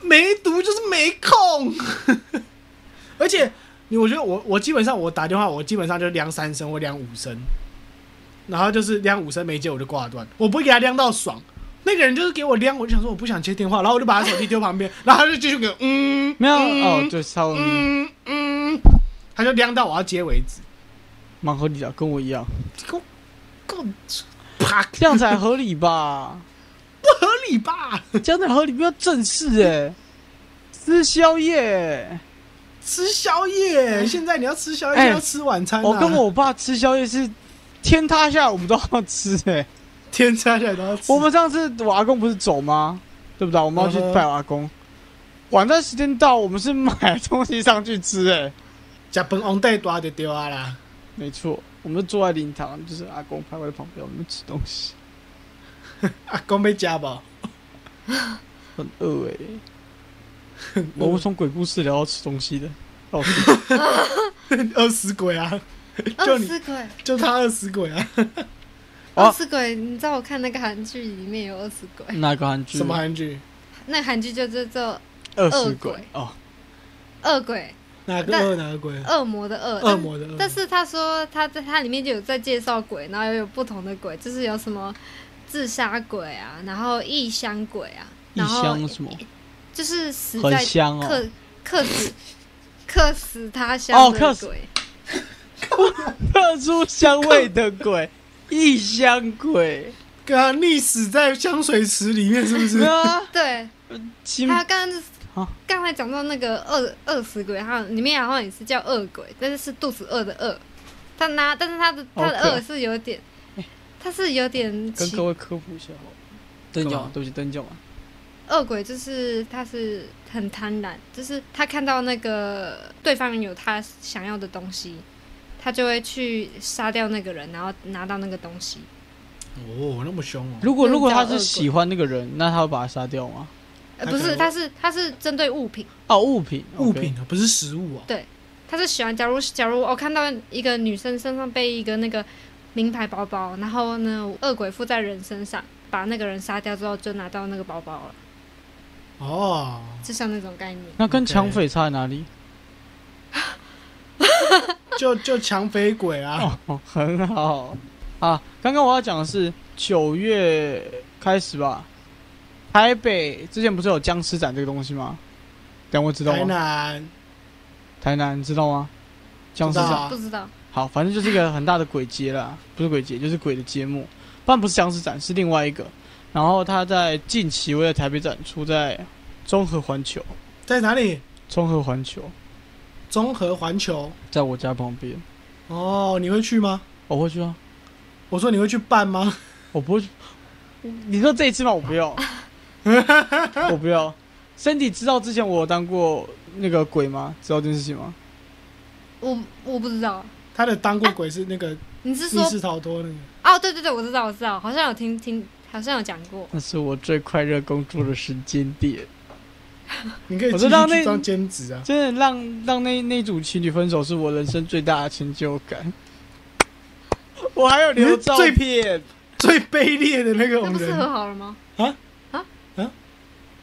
[SPEAKER 1] 没读就是没空，而且你我觉得我我基本上我打电话我基本上就量三声或量五声，然后就是量五声没接我就挂断，我不会给他量到爽，那个人就是给我晾，我就想说我不想接电话，然后我就把他手机丢旁边，然后他就继续给我嗯，
[SPEAKER 2] 没有
[SPEAKER 1] 嗯
[SPEAKER 2] 哦，就差不多
[SPEAKER 1] 嗯嗯，他就晾到我要接为止，
[SPEAKER 2] 蛮合理的，跟我一样，
[SPEAKER 1] 给我给我啪，
[SPEAKER 2] 这样才合理吧？
[SPEAKER 1] 合理吧？
[SPEAKER 2] 这样才合理，不要正式哎、吃宵夜欸、
[SPEAKER 1] 吃宵夜，现在你要吃宵夜，
[SPEAKER 2] 哎
[SPEAKER 1] 现在要吃晚餐、啊。
[SPEAKER 2] 我跟我爸吃宵夜是天塌下来我们都要吃哎、
[SPEAKER 1] 天差下来都要吃。
[SPEAKER 2] 我们上次我阿公不是走吗？对不对？我们要去拜我阿公。晚餐时间到，我们是买东西上去吃、哎，
[SPEAKER 1] 加本红带多就丢啊啦，
[SPEAKER 2] 没错，我们就坐在灵堂，就是阿公徘徊在旁边，我们吃东西，
[SPEAKER 1] 阿公被加 吧。
[SPEAKER 2] 很饿哎、 我们从鬼故事聊到吃东西 的，哦老师，
[SPEAKER 1] 饿死鬼啊！就
[SPEAKER 3] 饿
[SPEAKER 1] 你啊
[SPEAKER 3] 死鬼，
[SPEAKER 1] 就他饿死鬼啊！
[SPEAKER 2] 啊
[SPEAKER 3] 饿死鬼，你知道我看那个韩剧里面有饿死鬼，
[SPEAKER 2] 那个韩剧
[SPEAKER 1] 什么韩剧？
[SPEAKER 3] 那韩剧就叫做
[SPEAKER 2] 饿死
[SPEAKER 3] 恶
[SPEAKER 2] 鬼
[SPEAKER 3] 鬼
[SPEAKER 2] 哦，
[SPEAKER 3] 恶鬼，
[SPEAKER 1] 哪个
[SPEAKER 3] 那
[SPEAKER 1] 恶哪个鬼？
[SPEAKER 3] 恶魔的恶，
[SPEAKER 1] 恶魔的恶。
[SPEAKER 3] 但是他说他在他里面就有在介绍鬼，然后有不同的鬼，就是有什么自杀鬼啊，然后异乡鬼啊，
[SPEAKER 2] 异
[SPEAKER 3] 然后
[SPEAKER 2] 乡什么
[SPEAKER 3] 就是死
[SPEAKER 2] 很
[SPEAKER 3] 在
[SPEAKER 2] 香哦，
[SPEAKER 3] 客客死客死他
[SPEAKER 2] 哦
[SPEAKER 3] 乡
[SPEAKER 2] 客
[SPEAKER 3] 的
[SPEAKER 2] 死
[SPEAKER 3] 鬼，
[SPEAKER 2] 特殊香味的鬼， 异乡鬼，
[SPEAKER 1] 跟他溺死在香水池里面，是不是？
[SPEAKER 2] 啊，
[SPEAKER 3] 对，
[SPEAKER 2] 亲
[SPEAKER 3] 还有刚刚
[SPEAKER 2] 好
[SPEAKER 3] 刚才讲到那个饿饿死鬼，还有里面好像也是叫饿鬼，但是是肚子饿的饿。他拿，但是他的他的
[SPEAKER 2] 好可哎
[SPEAKER 3] 饿是有点，他是有点
[SPEAKER 2] 跟
[SPEAKER 3] 奇
[SPEAKER 2] 各位科普一下好了，灯
[SPEAKER 1] 干
[SPEAKER 2] 脚
[SPEAKER 1] 嘛，
[SPEAKER 2] 对不起，灯脚啊。
[SPEAKER 3] 恶鬼就是他是很贪婪，就是他看到那个对方有他想要的东西，他就会去杀掉那个人，然后拿到那个东西。
[SPEAKER 1] 哦，那么凶哦！
[SPEAKER 2] 如果
[SPEAKER 3] 那
[SPEAKER 2] 如果
[SPEAKER 3] 叫
[SPEAKER 2] 他
[SPEAKER 3] 恶
[SPEAKER 2] 是
[SPEAKER 3] 鬼
[SPEAKER 2] 喜欢那个人，那他会把他杀掉吗？
[SPEAKER 3] 呃，
[SPEAKER 1] 他
[SPEAKER 3] 不
[SPEAKER 1] 可
[SPEAKER 3] 是，
[SPEAKER 1] 能
[SPEAKER 3] 他是他是针对物品，
[SPEAKER 2] 哦，物品，
[SPEAKER 1] 物
[SPEAKER 2] OK
[SPEAKER 1] 品啊，不是食物啊。
[SPEAKER 3] 他是喜欢。假如假如我看到一个女生身上背一个那个名牌包包，然后呢，恶鬼附在人身上，把那个人杀掉之后就拿到那个包包了，
[SPEAKER 1] 哦，
[SPEAKER 3] 就像那种概念。
[SPEAKER 2] 那跟
[SPEAKER 1] OK
[SPEAKER 2] 抢匪差在哪里？
[SPEAKER 1] 就就抢匪鬼啊！
[SPEAKER 2] 哦，很好啊。刚刚我要讲的是九月开始吧，台北之前不是有僵尸展这个东西吗？两位知道啊
[SPEAKER 1] 台
[SPEAKER 2] 吗？
[SPEAKER 1] 南
[SPEAKER 2] 台南知道吗？僵尸
[SPEAKER 1] 知道
[SPEAKER 2] 展
[SPEAKER 1] 啊
[SPEAKER 3] 不知道，
[SPEAKER 2] 好，反正就是一个很大的鬼节啦，不是鬼节，就是鬼的节目。但不是僵尸展，是另外一个。然后他在近期为了台北展出在中和环球，
[SPEAKER 1] 在哪里？
[SPEAKER 2] 中和环球
[SPEAKER 1] 综合环球。
[SPEAKER 2] 在我家旁边，
[SPEAKER 1] 哦，你会去吗？
[SPEAKER 2] 我会去啊，
[SPEAKER 1] 我说你会去办吗？
[SPEAKER 2] 我不会去。你说这一次吗？我不 要，我不要。Cindy 知道之前我有当过那个鬼吗？知道这件事情吗？
[SPEAKER 3] 我我不知道。
[SPEAKER 1] 他的当过鬼是那个
[SPEAKER 3] 你 是说
[SPEAKER 1] 密室逃脱那个。
[SPEAKER 3] 哦，对对对，我知道，我知道，好像有听听，好像有讲过。
[SPEAKER 2] 那是我最快乐工作的时间点。
[SPEAKER 1] 你可以
[SPEAKER 2] 我
[SPEAKER 1] 继
[SPEAKER 2] 知
[SPEAKER 1] 续
[SPEAKER 2] 道那
[SPEAKER 1] 去当兼职 啊。
[SPEAKER 2] 真的让让那那组情侣分手是我人生最大的成就感。 我还有留照片，
[SPEAKER 1] 最卑劣的那 个
[SPEAKER 3] 那不是
[SPEAKER 1] 人
[SPEAKER 3] 和，好了吗？
[SPEAKER 1] 啊
[SPEAKER 3] 啊
[SPEAKER 1] 啊！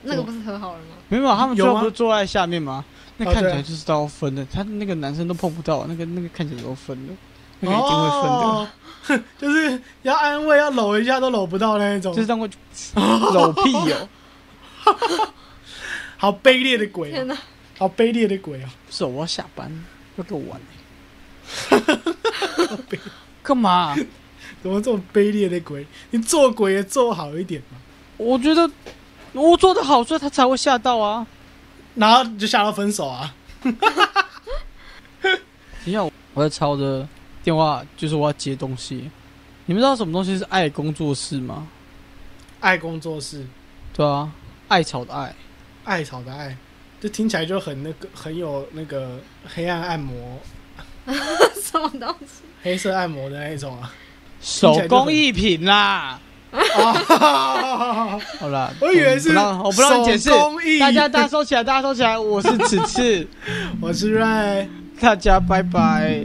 [SPEAKER 3] 那个不是和好了吗？
[SPEAKER 2] 没有他们最
[SPEAKER 1] 有
[SPEAKER 2] 后
[SPEAKER 1] 吗
[SPEAKER 2] 不是坐在下面吗？那
[SPEAKER 1] 哦
[SPEAKER 2] 看起
[SPEAKER 1] 对
[SPEAKER 2] 来
[SPEAKER 1] 啊
[SPEAKER 2] 就是都要分的，他那个男生都碰不到，那个那个看起来都分了，那个一定会分的，
[SPEAKER 1] 哦， 哼就是要安慰，要搂一下都搂不到那一种
[SPEAKER 2] 就，是当过老屁友，
[SPEAKER 1] 好卑劣的鬼
[SPEAKER 3] 天
[SPEAKER 1] 哦，
[SPEAKER 3] 哪！
[SPEAKER 1] 好卑劣的鬼啊！
[SPEAKER 2] 不是我要下班，要给我 玩、干嘛？
[SPEAKER 1] 怎么这种卑劣的鬼？你做鬼也做好一点嘛。
[SPEAKER 2] 我觉得我做的好，所以他才会吓到啊。
[SPEAKER 1] 然后就吓到分手啊！
[SPEAKER 2] 等一下，我在抄的电话，就是我要接东西。你们知道什么东西是爱工作室吗？
[SPEAKER 1] 爱工作室，
[SPEAKER 2] 对啊，艾草的艾，
[SPEAKER 1] 爱草的爱，这听起来就很那个，很有那个黑暗按摩、
[SPEAKER 3] 什么东西？
[SPEAKER 1] 黑色按摩的那一种啊。
[SPEAKER 2] 手工艺品啦。
[SPEAKER 1] 啊！
[SPEAKER 2] 好啦，
[SPEAKER 1] 我以为是
[SPEAKER 2] 不让我不让你解释
[SPEAKER 1] 手工艺，
[SPEAKER 2] 大家大家收起来，大家收起来。我是此次，
[SPEAKER 1] 我是瑞，
[SPEAKER 2] 大家拜拜。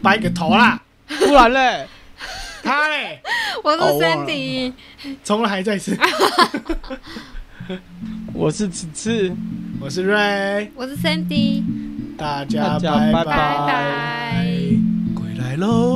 [SPEAKER 1] 掰个头啦！
[SPEAKER 2] 不然嘞，
[SPEAKER 1] 他嘞，
[SPEAKER 3] 我是
[SPEAKER 2] 哦忘了
[SPEAKER 3] Sandy，、
[SPEAKER 1] 重来再一次。
[SPEAKER 2] 我是此次，
[SPEAKER 1] 我是瑞，
[SPEAKER 3] 我是 Sandy。
[SPEAKER 1] 大家
[SPEAKER 2] 大家拜
[SPEAKER 1] 拜
[SPEAKER 2] 拜
[SPEAKER 3] 拜拜
[SPEAKER 1] 鬼来喽！